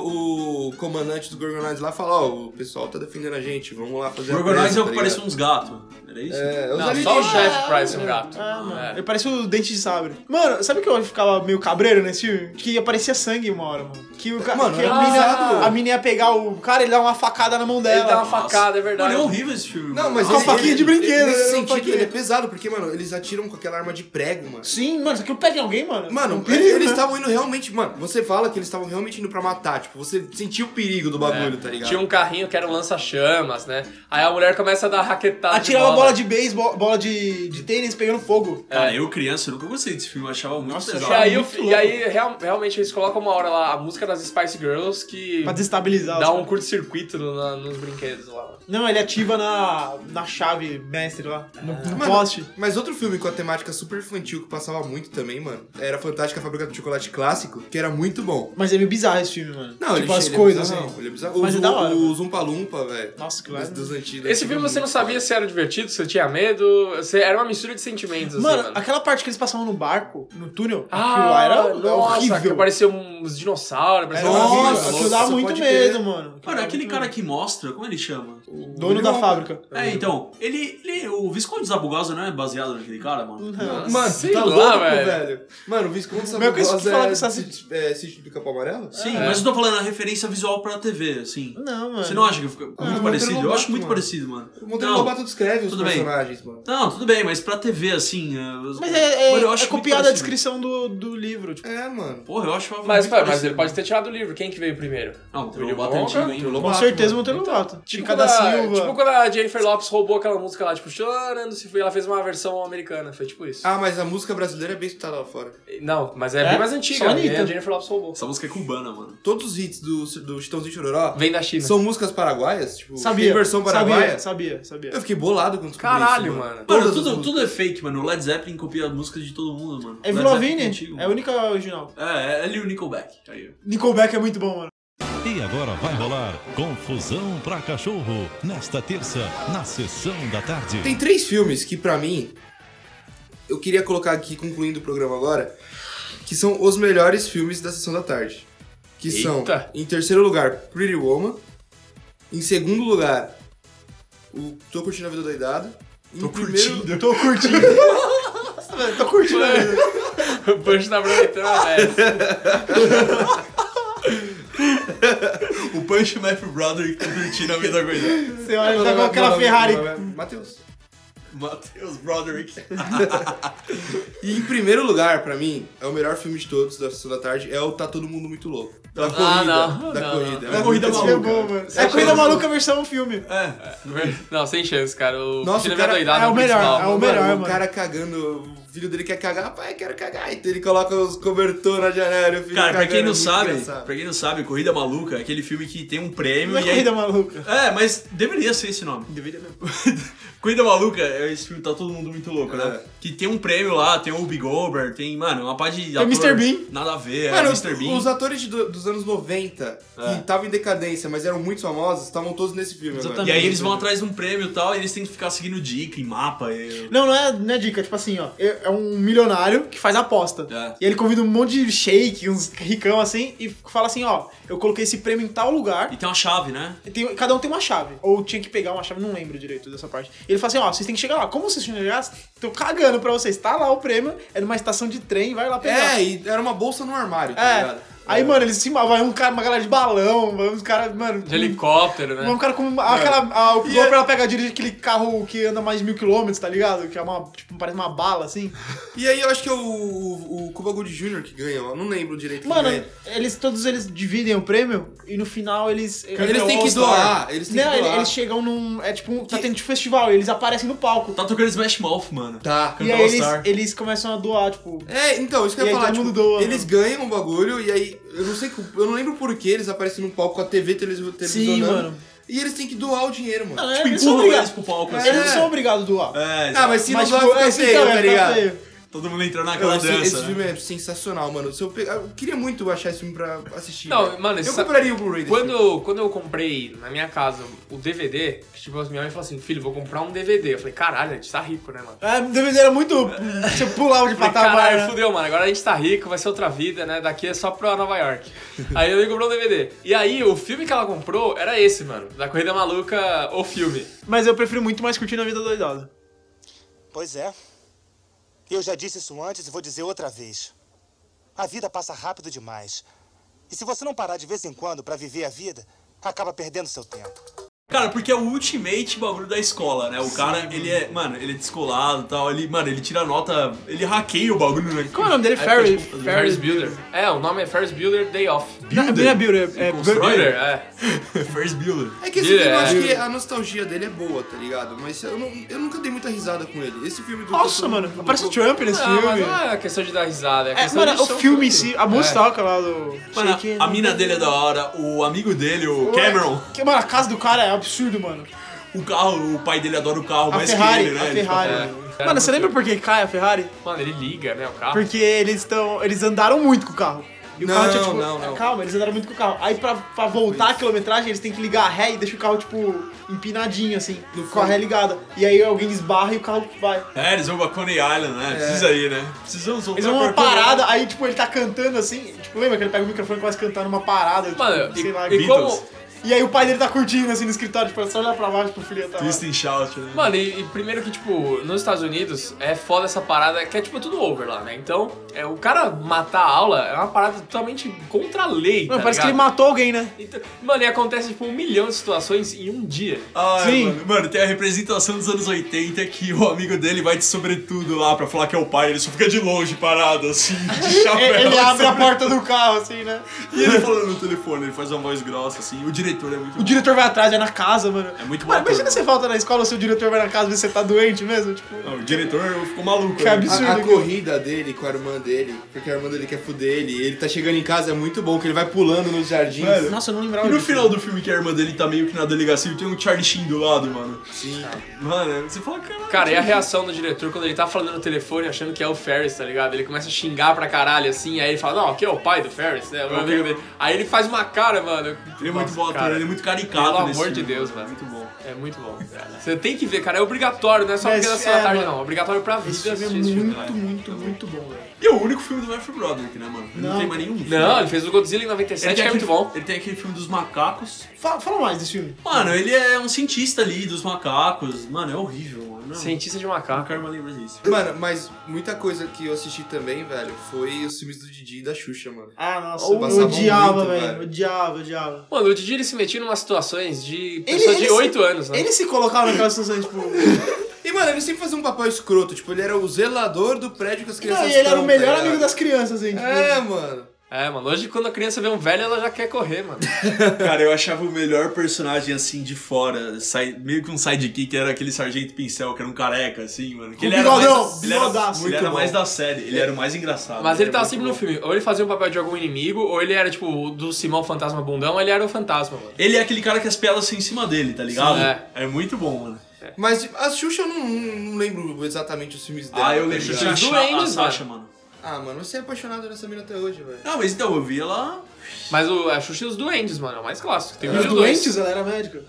S1: o comandante dos gorgonoides lá fala, ó, o pessoal tá defendendo a gente, vamos lá fazer
S2: Gorgonais
S1: a presa,
S2: é o que
S1: tá
S2: parece
S1: ligado?
S2: uns gatos. Era isso?
S1: É, os
S3: Não, só o
S1: alienígenas.
S3: chefe parece um gato.
S4: Ah, mano.
S3: É.
S4: Ele parece o Dente de Sabre. Mano, sabe que eu ficava meio cabreiro nesse filme? Que aparecia sangue uma hora, mano. Que, o ca...
S1: Mano,
S4: que
S1: era
S4: a, mina,
S1: bizarro.
S4: a mina ia pegar o cara, ele dá uma facada na mão dela.
S3: Ele dá uma facada, é verdade.
S2: Mano, é horrível esse filme.
S1: Não,
S2: mano.
S1: mas é
S4: Com a
S1: ele-
S4: faquinha
S1: ele-
S4: de brinquedo,
S1: Nesse
S4: né?
S1: sentido,
S4: Faquinha.
S1: ele é pesado, porque, mano, eles atiram com aquela arma de prego, mano.
S4: Sim, mano, isso aqui eu pego em alguém, mano. É um
S1: Mano,
S4: perigo,
S1: eles
S4: né?
S1: estavam indo realmente. Mano, você fala que eles estavam realmente indo pra matar. Tipo, você sentiu o perigo do bagulho, tá ligado?
S3: É, Tinha um carrinho que era um lança-chamas, né? Aí a mulher começa a dar raquetada.
S4: Atirava bola de beisebol, bola de, de tênis pegando fogo.
S2: é, Cara, eu criança, eu nunca gostei desse filme, eu achava muito
S4: Nossa,
S3: E
S2: pesado.
S3: aí, eu-
S4: Muito
S3: e
S4: louco.
S3: aí real- realmente eles colocam uma hora lá a música das Spice Girls que
S4: Pra destabilizar. os
S3: dá um
S4: caras.
S3: curto-circuito no- na- nos brinquedos lá.
S4: Não, ele ativa na, na chave mestre lá, no, no
S1: Mano,
S4: poste.
S1: Mas outro filme com a temática super infantil que passava muito também, mano, era Fantástica Fábrica de Chocolate Clássico, que era muito bom.
S4: Mas é meio bizarro esse filme, mano.
S1: Não,
S4: tipo,
S1: ele,
S4: as
S1: ele
S4: coisas,
S1: é bizarro,
S4: assim.
S1: Ele é bizarro.
S4: Mas
S1: Os-
S4: é da hora,
S1: Os Umpa Lumpa, velho.
S4: Nossa, que é
S1: Dos,
S4: lado.
S1: dos antigos. assim,
S3: Esse filme você não sabia se era divertido, se você tinha medo, você- era uma mistura de sentimentos, assim,
S4: Mano,
S3: mano.
S4: aquela parte que eles passavam no barco, no túnel, aquilo lá
S3: Ah,
S4: era
S3: nossa, que
S4: horrível.
S3: apareceu uns dinossauros,
S1: Era
S3: parecia um
S1: horrível.
S3: uma
S4: É, Nossa,
S1: Nossa,
S4: aquilo dá
S1: você
S4: muito
S1: pode
S4: medo,
S1: ter-
S4: mano. Aquilo
S2: Mano,
S4: dá
S2: aquele
S4: muito
S2: cara
S4: medo.
S2: que mostra, como ele chama?
S4: Dono da fábrica.
S2: É, então, ele, ele- O Visconde Zabugosa não é baseado naquele cara,
S4: É.
S2: mano?
S1: Mano,
S3: Sei
S1: tá
S3: lá,
S1: louco,
S3: velho.
S1: velho. Mano, o Visconde
S4: Mesma coisa que
S1: Sabugosa
S4: fala É.
S1: é,
S4: que
S1: é,
S4: Saci-
S1: é, Sítio do Pica-Pau Amarelo?
S2: Sim, mas eu tô falando a referência visual pra TV, assim.
S4: Não, mano.
S2: Você não acha que fica muito
S1: Monteiro
S2: parecido? eu
S1: Lobato,
S2: acho muito
S1: mano.
S2: parecido, mano.
S1: O Monteiro
S2: Não.
S1: Lobato descreve os
S2: Tudo bem.
S1: personagens, mano.
S2: Não, tudo bem, mas pra TV, assim. Mas
S4: Mas é, é,
S2: mano, eu
S4: é
S2: acho muito
S4: copiada a
S2: parecido.
S4: descrição do, do livro. Tipo.
S1: É, mano.
S2: Porra, eu acho.
S3: Mas,
S2: muito
S3: pera, mas
S2: parecido.
S3: ele pode ter tirado o livro. Quem que veio primeiro?
S2: Não, o
S3: Willy
S2: Lobato é
S3: Wonka?
S2: antigo, hein?
S1: Monteiro
S4: Com
S1: Lobato,
S4: certeza
S1: mano.
S4: Monteiro Lobato.
S3: Tipo,
S4: Chica Então, da Silva.
S3: tipo quando a Jennifer Lopes roubou aquela música lá, tipo, chorando se foi, ela fez uma versão americana, foi tipo isso.
S1: Ah, mas a música brasileira é bem escutada lá fora.
S3: Não, mas é,
S4: É?
S3: bem mais
S4: Só
S3: antiga,
S4: a
S3: né?
S4: Anitta.
S3: a Jennifer Lopes roubou.
S2: Essa música é cubana, mano.
S1: Todos os hits do, do Chitãozinho Chororó
S3: Vem da China.
S1: são músicas paraguaias? Tipo,
S4: sabia.
S1: Tem versão
S4: Sabia,
S1: paraguaia?
S4: sabia, sabia.
S1: Eu fiquei bolado quando descobri
S3: Caralho,
S1: isso,
S3: mano.
S2: Mano,
S1: Todas as
S2: tudo,
S1: músicas.
S2: tudo é fake, mano. O Led Zeppelin copia as músicas de todo mundo, mano.
S4: É
S2: Led
S4: Vila
S2: Zeppelin
S4: Vini?
S2: antigo.
S4: É a única original.
S2: É, é ali o Nickelback. Aí.
S4: Nickelback é muito bom, mano.
S6: E agora vai rolar Confusão pra Cachorro, nesta terça, na sessão da tarde.
S1: Tem três filmes que, pra mim, eu queria colocar aqui, concluindo o programa agora, que são os melhores filmes da sessão da tarde. Que são,
S3: Eita.
S1: em terceiro lugar, Pretty Woman. Em segundo lugar, o Tô Curtindo a Vida Doidado. Em primeiro,
S4: Tô curtindo. Nossa, velho, tô curtindo. a vida.
S3: O Punch tá aproveitando a velha.
S2: O Punch Matthew Broderick curtindo a mesma coisa.
S4: Você olha, tá com aquela Ferrari.
S1: Matheus.
S2: Matheus Broderick.
S1: E em primeiro lugar, pra mim, é o melhor filme de todos da sessão da tarde, é o Tá Todo Mundo Muito Louco. Da corrida.
S3: não,
S1: da
S3: não,
S1: corrida.
S2: não. Da corrida
S1: Esse
S4: Isso
S1: filme,
S4: é
S2: maluca.
S1: cara.
S4: bom, mano. É Corrida Maluca versão
S2: É,
S4: filme.
S3: Não, sem chance, cara. O
S1: Nossa,
S3: Punch
S1: o cara
S3: doidado
S4: é o melhor,
S3: principal.
S4: é o melhor, mano.
S1: O cara cagando, o filho dele quer cagar, pai, quero cagar. Então ele coloca os cobertor na janela. e o filho
S2: Cara, pra
S1: cagando, é
S2: quem não
S1: muito
S2: sabe,
S1: engraçado.
S2: pra quem não sabe, Corrida Maluca é aquele filme que tem um prêmio
S4: Não é
S2: e aí-
S4: Corrida Maluca.
S2: É, mas deveria ser esse nome. Deveria mesmo. Corrida Maluca, é esse filme tá todo mundo muito louco, né? Que tem um prêmio lá, tem o Ubi Goldberg, tem, mano, uma pá de Tem
S4: Mr. Bean.
S2: Nada a ver,
S1: Mano,
S2: é Mr. Bean.
S1: os atores de do- dos anos 90, que estavam em decadência, mas eram muito famosos, estavam todos nesse filme. agora.
S2: E aí eles vão atrás de um prêmio e tal, e eles têm que ficar seguindo dica em mapa e...
S4: Não, não é, não é dica, tipo assim, ó. É é um milionário que faz aposta.
S2: É.
S4: E ele convida um monte de shake, uns ricão assim, e fala assim, ó, eu coloquei esse prêmio em tal lugar.
S2: E tem uma chave, né?
S4: e tem- cada um tem uma chave. Ou tinha que pegar uma chave, não lembro direito dessa parte. E ele fala assim, ó, vocês têm que chegar lá. Como vocês chegar? Tô cagando pra vocês. Tá lá o prêmio, é numa estação de trem, vai lá pegar.
S1: É, e era uma bolsa no armário, tá
S4: É.
S1: ligado?
S4: Aí, mano, eles se vai um cara, uma galera de balão, vai uns caras, mano.
S3: De helicóptero, né?
S4: Um cara com uma- aquela. A, o Cooper ela pega a dirige aquele carro que anda mais de mil quilômetros, tá ligado? Que é uma. Tipo, parece uma bala assim.
S1: E aí eu acho que é o, o, o Cuba Gold Jr. que ganha, eu não lembro direito. quem
S4: Mano,
S1: ganha.
S4: eles todos eles dividem o prêmio e no final eles.
S1: eles têm que doar, eles têm
S4: Não,
S1: que
S4: ele-
S1: doar.
S4: eles chegam num. É tipo, um- tá tendo tipo festival, e eles aparecem no palco.
S2: Tá tocando Smash Mouth, mano.
S1: Tá.
S4: E
S2: Canta
S4: aí
S2: All
S4: eles,
S2: Star.
S4: eles começam a doar, tipo.
S1: É, então, isso que eu
S4: E
S1: ia
S4: aí
S1: falar.
S4: todo mundo
S1: tipo,
S4: doa, né?
S1: eles ganham o bagulho e aí, eu não sei, co- eu não lembro por que eles aparecem no palco com a TV televis- televisionando.
S4: mano. Ah,
S1: E eles têm que doar o dinheiro, mano.
S4: Não,
S2: Tipo,
S4: eles são
S2: empurram eles
S4: obrigados.
S2: pro palco, assim.
S4: Eles não
S1: É.
S4: são obrigados a doar.
S2: É,
S1: Ah, mas se não doar,
S4: tipo,
S1: fica
S4: é,
S1: feio,
S4: então,
S1: tá
S4: fica
S1: ligado?
S4: feio.
S2: todo mundo entrando
S1: Não,
S2: naquela
S1: esse,
S2: dança,
S1: esse
S2: né?
S1: filme é sensacional, mano. Se eu, pegar, eu queria muito achar esse filme pra assistir.
S3: Não,
S1: velho.
S3: mano,
S1: eu
S3: esse-
S1: compraria o Blu-ray desse filme.
S3: Quando, quando eu comprei na minha casa o DVD, tipo, minha mãe falou assim, filho, vou comprar um DVD. Eu falei, caralho, a gente tá rico, né, mano?
S4: É, DVD era muito. Você pulava de
S3: Eu Falei,
S4: patamar.
S3: caralho,
S4: né?
S3: fudeu, mano. Agora a gente tá rico, vai ser outra vida, né? Daqui é só pra Nova York. aí ele comprou um DVD. E aí, o filme que ela comprou era esse, mano. Da Corrida Maluca, o filme.
S4: Mas eu prefiro muito mais curtindo a vida doidada.
S8: Pois é. Eu já disse isso antes e vou dizer outra vez. A vida passa rápido demais. E se você não parar de vez em quando pra viver a vida, acaba perdendo seu tempo.
S2: Cara, porque é o ultimate bagulho da escola, né? O cara, ele é, mano, ele é descolado e tal. Ele, mano, ele tira nota, ele hackeia o bagulho, né?
S4: Qual é o nome dele?
S2: Aí
S4: Ferry-
S2: fica, tipo,
S3: Ferris Builder. É, o nome é Ferris Builder Day Off.
S4: Não, não é Builder, é, é
S2: Constrói?
S3: Builder, é.
S2: Ferris Builder.
S1: É que esse
S3: Ele
S1: filme, eu
S3: é-
S1: acho que a nostalgia dele é boa, tá ligado? Mas eu, não- eu nunca dei muita risada com ele. Esse filme do...
S4: Nossa,
S1: do-
S4: mano,
S1: do-
S4: aparece o Trump nesse
S3: Ah, mas
S4: filme.
S3: não é questão de dar risada, é
S4: É,
S3: questão
S4: mano,
S3: de
S4: o
S3: ser um
S4: filme em si, a tá- Moonstock lá do.
S2: Mano,
S4: Shake
S2: a
S4: it.
S2: mina dele é da hora, o amigo dele, o Cameron,
S4: Que, mano, a casa do cara é absurdo, mano.
S2: o carro, o pai dele adora o carro
S4: A
S2: mais
S4: Ferrari,
S2: que ele, né?
S4: a
S2: Ele
S4: Ferrari.
S2: fica-
S3: É.
S4: Mano, você lembra por que cai a Ferrari?
S3: Mano, ele liga, né, o
S2: Ah.
S3: carro.
S4: Porque eles estão. Eles andaram muito com o carro. E o
S1: Não,
S4: carro tinha, tipo,
S1: não, não.
S4: Calma, eles andaram muito com o carro. Aí pra, pra voltar a quilometragem, eles têm que ligar a ré e deixa o carro, tipo, empinadinho, assim, com a ré ligada. E aí alguém esbarra e o carro vai.
S2: É, eles vão pra Coney Island, né? Precisa ir, né? Precisamos voltar
S4: É. Eles vão uma
S2: pra Coney
S4: parada, aí, tipo, ele tá cantando assim. Tipo, lembra que ele pega o microfone e começa a cantar numa parada? Tipo,
S3: Mano,
S4: sei lá.
S3: e, e como...
S4: E aí o pai dele tá curtindo assim no escritório, tipo, só olhar pra baixo pro filho tá lá.
S2: Twist and Shout, né?
S3: Mano, e, e primeiro que, tipo, nos Estados Unidos é foda essa parada que é, tipo, tudo over lá, né? Então, é, o cara matar a aula é uma parada totalmente contra a lei,
S4: Mano,
S3: tá
S4: parece que ele
S3: ligado?
S4: matou alguém, né?
S3: Então, mano, e acontece, tipo, um milhão de situações em um dia.
S2: Ai,
S4: Sim.
S2: Mano, mano, tem a representação dos anos 80 que o amigo dele vai de sobretudo lá pra falar que é o pai, ele só fica de longe, parado, assim, de chapéu.
S4: Ele abre a
S2: sobre-
S4: porta do carro, assim, né?
S2: E ele falando no telefone, ele faz uma voz grossa, assim. O diretor é muito
S4: O diretor vai atrás, vai na casa, mano.
S2: É muito
S4: Mano,
S2: bom,
S4: imagina
S2: cara.
S4: você falta na escola, seu diretor vai na casa e você tá doente mesmo, tipo...
S2: bom. Não, o diretor ficou maluco. né?
S4: Que absurdo.
S1: A, a
S4: aqui.
S1: corrida dele com a irmã dele, porque a irmã dele quer fuder ele, e ele tá chegando em casa, é muito bom, que ele vai pulando nos jardins.
S4: Nossa, eu não
S2: E
S4: lembrava
S2: no
S4: disso.
S2: final do filme que a irmã dele tá meio que na delegacia e tem um Charlie Sheen do lado, mano.
S1: Sim.
S2: Mano, você fala, caralho.
S3: Cara, e a reação do diretor quando ele tá falando no telefone achando que é o Ferris, tá ligado? Ele começa a xingar pra caralho assim, aí ele fala, não, aqui é o pai do Ferris, né? O amigo dele. Aí ele faz uma cara, mano.
S2: Ele é muito
S3: Nossa,
S2: bom ator,
S3: cara.
S2: ele é muito caricato
S3: Pelo
S2: nesse
S3: amor de
S2: filme,
S3: Deus,
S2: mano.
S3: mano.
S2: Muito bom.
S3: É muito bom. Você tem que ver, cara. É obrigatório, não é só
S4: Mas,
S3: porque da sua
S4: é,
S3: tarde,
S4: mano,
S3: não. Obrigatório pra vida
S4: Esse filme é
S3: assistir esse filme.
S4: muito, muito, muito bom, velho.
S2: E é o único filme do Matthew Broderick, né, mano? Não,
S4: Não.
S2: tem mais nenhum. filme.
S3: Não, ele fez o Godzilla em 97, que é
S2: aquele-
S3: muito bom.
S2: Ele tem aquele filme dos macacos.
S4: Fala, fala mais desse filme.
S2: Mano, ele é um cientista ali dos macacos. Mano, é horrível, mano. Não,
S3: Cientista de
S2: Não
S3: macaco.
S2: quero mais lembrar disso.
S1: Mano, mas muita coisa que eu assisti também, velho, foi os filmes do Didi e da Xuxa, mano.
S4: Ah, nossa,
S1: eu
S4: eu odiava,
S1: muito,
S4: velho.
S1: velho.
S4: Odiava, odiava.
S3: Mano, o Didi ele se metia em umas situações de
S4: Ele-
S3: pessoa
S4: ele
S3: de
S4: se-
S3: 8 anos, né?
S4: Ele se colocava naquela situação, tipo... Não,
S1: E, mano, ele sempre fazia um papel escroto, tipo, ele era o zelador do prédio que as crianças
S4: e ele era
S1: estão,
S4: o
S1: tá
S4: melhor
S1: ligado?
S4: amigo das crianças, hein? tipo,
S1: É, mano.
S3: É, mano, hoje quando a criança vê um velho, ela já quer correr, mano.
S2: Cara, eu achava o melhor personagem assim de fora, sai- meio que um sidekick, era aquele Sargento Pincel, que era um careca, assim, mano. Que
S4: Um
S2: ele era
S4: bigodão,
S2: mais, ele era,
S4: bigodaço.
S2: ele era
S1: Muito
S2: mais
S1: bom.
S2: da série, ele era o mais engraçado.
S3: Mas ele
S2: era
S3: tava
S2: muito
S3: sempre
S2: bom.
S3: no filme. Ou ele fazia o papel de algum inimigo, ou ele era, tipo, do Simão Fantasma Bundão, ou ele era o fantasma, mano.
S2: Ele é aquele cara que as piadas são em cima dele, tá ligado?
S3: Sim, é.
S2: é muito bom, mano.
S1: Mas a Xuxa eu não, não lembro exatamente os filmes dela.
S2: Ah, eu
S1: tá
S2: lembro
S1: ligado?
S2: de
S3: Os duendes,
S2: Sasha, mano.
S1: Ah, mano, você é apaixonado nessa mina até hoje, velho.
S2: Não, mas então, eu vi ela...
S3: Mas o, a Xuxa e os Duendes, mano, é o mais clássico. Tem
S4: Os
S3: vídeo
S4: doentes, ela era médica.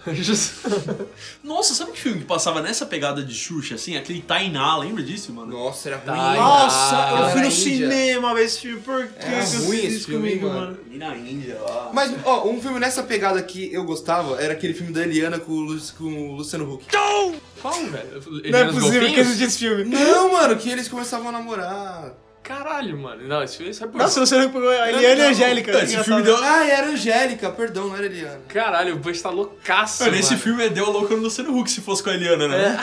S2: Nossa, sabe que filme que passava nessa pegada de Xuxa, assim? Aquele Tainá, lembra disso, mano?
S1: Nossa, era ruim.
S3: Tá,
S1: mano.
S4: Nossa,
S3: ela
S4: eu
S1: era
S4: fui no
S1: índia.
S4: cinema ver esse filme. Por que
S1: Era
S4: que eu
S1: É ruim
S4: fiz
S1: esse
S4: isso
S1: filme,
S4: comigo,
S1: mano.
S4: mano?
S2: E na Índia, lá.
S1: Mas, ó, um filme nessa pegada que eu gostava era aquele filme da Eliana com o, Lu- com o Luciano Huck.
S3: Qual, velho? Ele
S4: Não é
S3: era os
S4: possível que
S3: golfinhos?
S4: existe esse filme.
S1: Não, mano, que eles começavam a namorar.
S3: Caralho, mano. Não, esse filme sai por
S4: Nossa, você não pegou é a Eliane e a Angélica.
S2: Esse filme deu...
S1: Ah, era Angélica, perdão, não era Eliana.
S3: Caralho, o Bush tá loucaço,
S2: Mano, esse
S3: mano.
S2: filme é- deu a louca no Luciano Huck se fosse com a Eliana,
S3: É.
S2: né?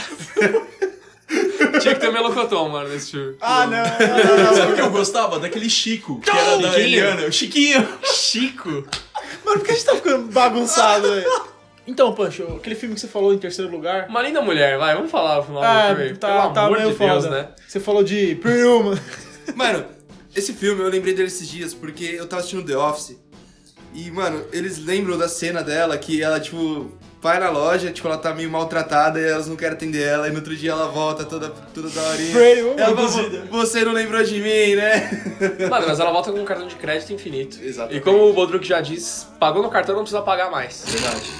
S3: Tinha que ter Melocotão, mano, nesse filme.
S4: Ah, não, não, não, não.
S2: Sabe o que eu gostava? Daquele Chico, que era da
S3: Chiquinho.
S2: Eliana. O Chiquinho.
S3: Chico?
S4: Mano, por que a gente tá ficando bagunçado, velho? Então, Pancho, aquele filme que você falou em terceiro lugar. tá,
S3: Uma linda mulher, vai, vamos falar o final
S4: Ah,
S3: do filme. Ah, Pelo amor de Deus, né?
S4: Você falou de Piruma.
S1: Mano, esse filme eu lembrei dele esses dias porque eu tava assistindo The Office. E, mano, eles lembram da cena dela que ela, tipo, vai na loja, tipo, ela tá meio maltratada e elas não querem atender ela. E no outro dia ela volta toda, toda daorinha.
S4: Freio,
S1: Ela fala,
S4: produzida.
S1: você não lembrou de mim, né?
S3: Mano, mas ela volta com um cartão de crédito infinito.
S1: Exatamente.
S3: E como o Bodruk já diz, pagou no cartão, não precisa pagar mais.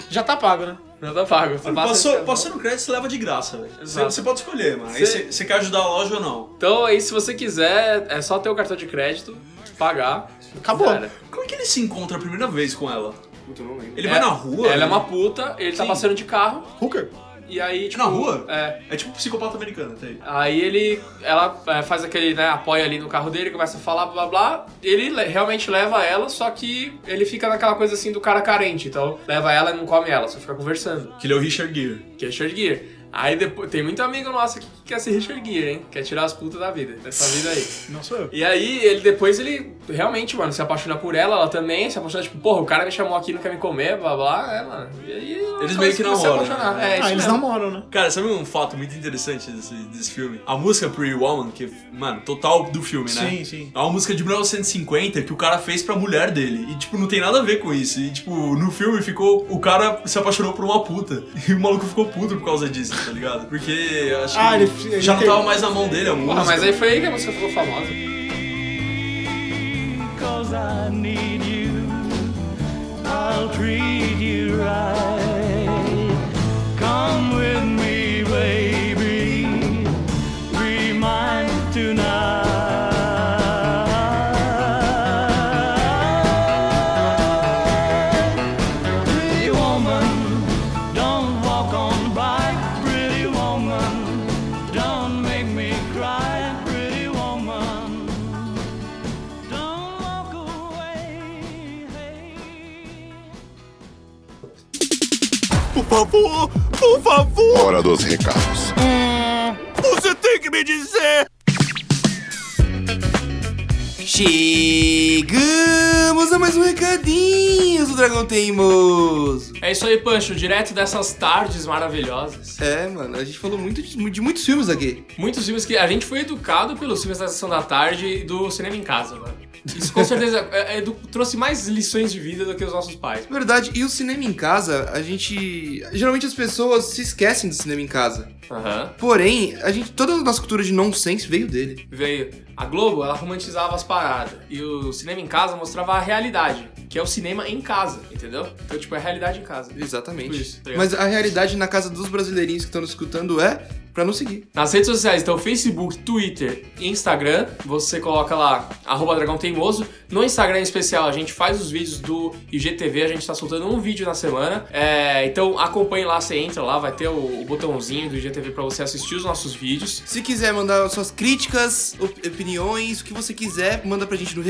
S4: Já tá pago, né?
S3: Não tá pago. Você passa-
S2: Passou, passou no crédito, você leva de graça, velho. Você,
S3: Exato.
S2: você pode escolher, mano. Aí
S3: Você-
S2: você você quer ajudar a loja ou não?
S3: Então aí, se você quiser, é só ter o cartão de crédito, pagar.
S4: Acabou.
S3: Cara,
S2: Como é que ele se encontra a primeira vez com ela?
S1: Puta, eu não lembro.
S2: Ele vai
S3: É-
S2: na rua?
S3: Ela é
S2: né?
S3: uma puta, ele tá
S2: Sim.
S3: passando de carro,
S4: Hooker.
S3: e aí, tipo.
S2: Na rua?
S3: É.
S2: É tipo um psicopata americano, até aí.
S3: Aí ele. Ela é, faz aquele, né? Apoia ali no carro dele, começa a falar, blá blá. Ele le- realmente leva ela, só que ele fica naquela coisa assim do cara carente. Então, leva ela e não come ela, só fica conversando.
S2: Que ele é o Richard Gere.
S3: Que é Richard Gear. Aí depois. Tem muito amigo nosso aqui que quer ser Richard Gear, hein? Quer tirar as putas da vida, dessa vida aí.
S4: Não sou eu.
S3: E aí, ele depois, ele realmente, mano, se apaixona por ela, ela também se apaixona, tipo, porra, o cara me chamou aqui, não quer me comer, blá blá, é, mano. E aí,
S2: Eles meio que
S3: começam a se
S2: namoram,
S3: apaixonar.
S2: né?
S3: É, isso
S4: Ah, eles
S3: mesmo.
S4: namoram, né?
S2: Cara, sabe um fato muito interessante desse, desse filme? A música Pretty Woman, que, mano, total do filme, né?
S4: Sim, sim.
S2: É uma música de 1950 que o cara fez pra mulher dele. E, tipo, não tem nada a ver com isso. E, tipo, no filme ficou. O cara se apaixonou por uma puta. E o maluco ficou puto por causa disso, tá ligado? Porque acho que
S4: Ah, ele-
S2: já
S4: ele
S2: não tava
S4: tem-
S2: mais na mão dele a música.
S3: Porra, mas aí foi aí que a música ficou famosa.
S5: Cause I need you. I'll treat you right. Come with me, baby. Be mine tonight. Pretty woman, don't walk on by. Pretty woman, don't make me cry. Pretty woman. Don't walk away.
S7: Por favor, por favor,
S9: Hora dos recados.
S7: você tem que me dizer.
S1: Chegamos a mais um recadinho do dragão teimoso.
S3: É isso aí, Pancho, direto dessas tardes maravilhosas.
S1: É, mano, a gente falou muito de, de muitos filmes aqui.
S3: Muitos filmes que a gente foi educado pelos filmes da Sessão da Tarde e do cinema em casa, mano. Isso com certeza é- é edu- trouxe mais lições de vida do que os nossos pais.
S1: Verdade, e o cinema em casa, a gente. Geralmente as pessoas se esquecem do cinema em casa.
S3: Aham.
S1: Porém, a gente. Toda a nossa cultura de nonsense veio dele.
S3: Veio. A Globo, ela romantizava as paradas. E o cinema em casa mostrava a realidade, que é o cinema em casa, entendeu? Então, tipo, é a realidade em casa.
S1: Exatamente.
S3: Tipo isso, tá ligado?
S1: Mas a realidade na casa dos brasileirinhos que estão nos escutando é pra não seguir.
S3: Nas redes sociais, então Facebook, Twitter e Instagram, você coloca lá arroba Dragão Teimoso. No Instagram em especial, a gente faz os vídeos do IGTV, a gente tá soltando um vídeo na semana. É, então acompanhe lá, você entra lá, vai ter o, o botãozinho do IGTV pra você assistir os nossos vídeos.
S1: Se quiser mandar suas críticas, op- opiniões, o que você quiser, manda pra gente no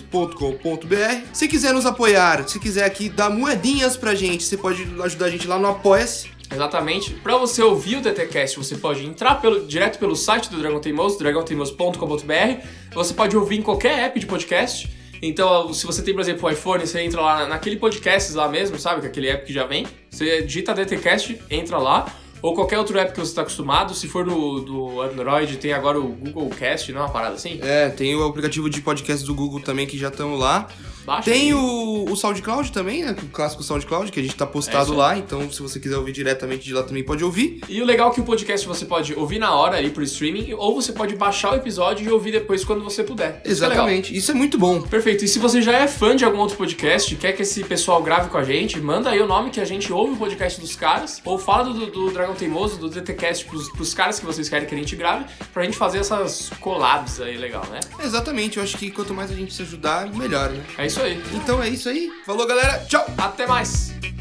S1: recadinhos.dragãoteimoso.com.br. Se quiser nos apoiar, se quiser aqui dar moedinhas pra gente, você pode ajudar a gente lá no Apoia-se.
S3: Exatamente. Pra você ouvir o DTCast, você pode entrar pelo, direto pelo site do Dragão Teimoso, dragãoteimoso.com.br. Você pode ouvir em qualquer app de podcast. Então, se você tem, por exemplo, o iPhone, você entra lá naquele podcast lá mesmo, sabe? Que é aquele app que já vem. Você digita DTCast, entra lá. Ou qualquer outro app que você está acostumado. Se for no, do Android, tem agora o Google Cast, não é uma parada assim?
S1: É, tem o aplicativo de podcast do Google também que já estamos lá.
S3: Baixa aí.
S1: Tem o, o SoundCloud também, né? O clássico SoundCloud, que a gente tá
S3: É
S1: postado lá. Então, se você quiser ouvir diretamente de lá também pode ouvir.
S3: E o legal é que o podcast você pode ouvir na hora aí pro streaming, ou você pode baixar o episódio e ouvir depois quando você puder. Isso é legal.
S1: Exatamente. Isso é muito bom.
S3: Perfeito. E se você já é fã de algum outro podcast, quer que esse pessoal grave com a gente, manda aí o nome que a gente ouve o podcast dos caras, ou fala do, do Dragão Teimoso, do DTCast pros, pros caras que vocês querem que a gente grave, pra gente fazer essas collabs aí legal, né?
S1: Exatamente. Eu acho que quanto mais a gente se ajudar, melhor, né?
S3: É isso aí.
S1: Então é isso aí. Falou, galera. Tchau!
S3: Até mais!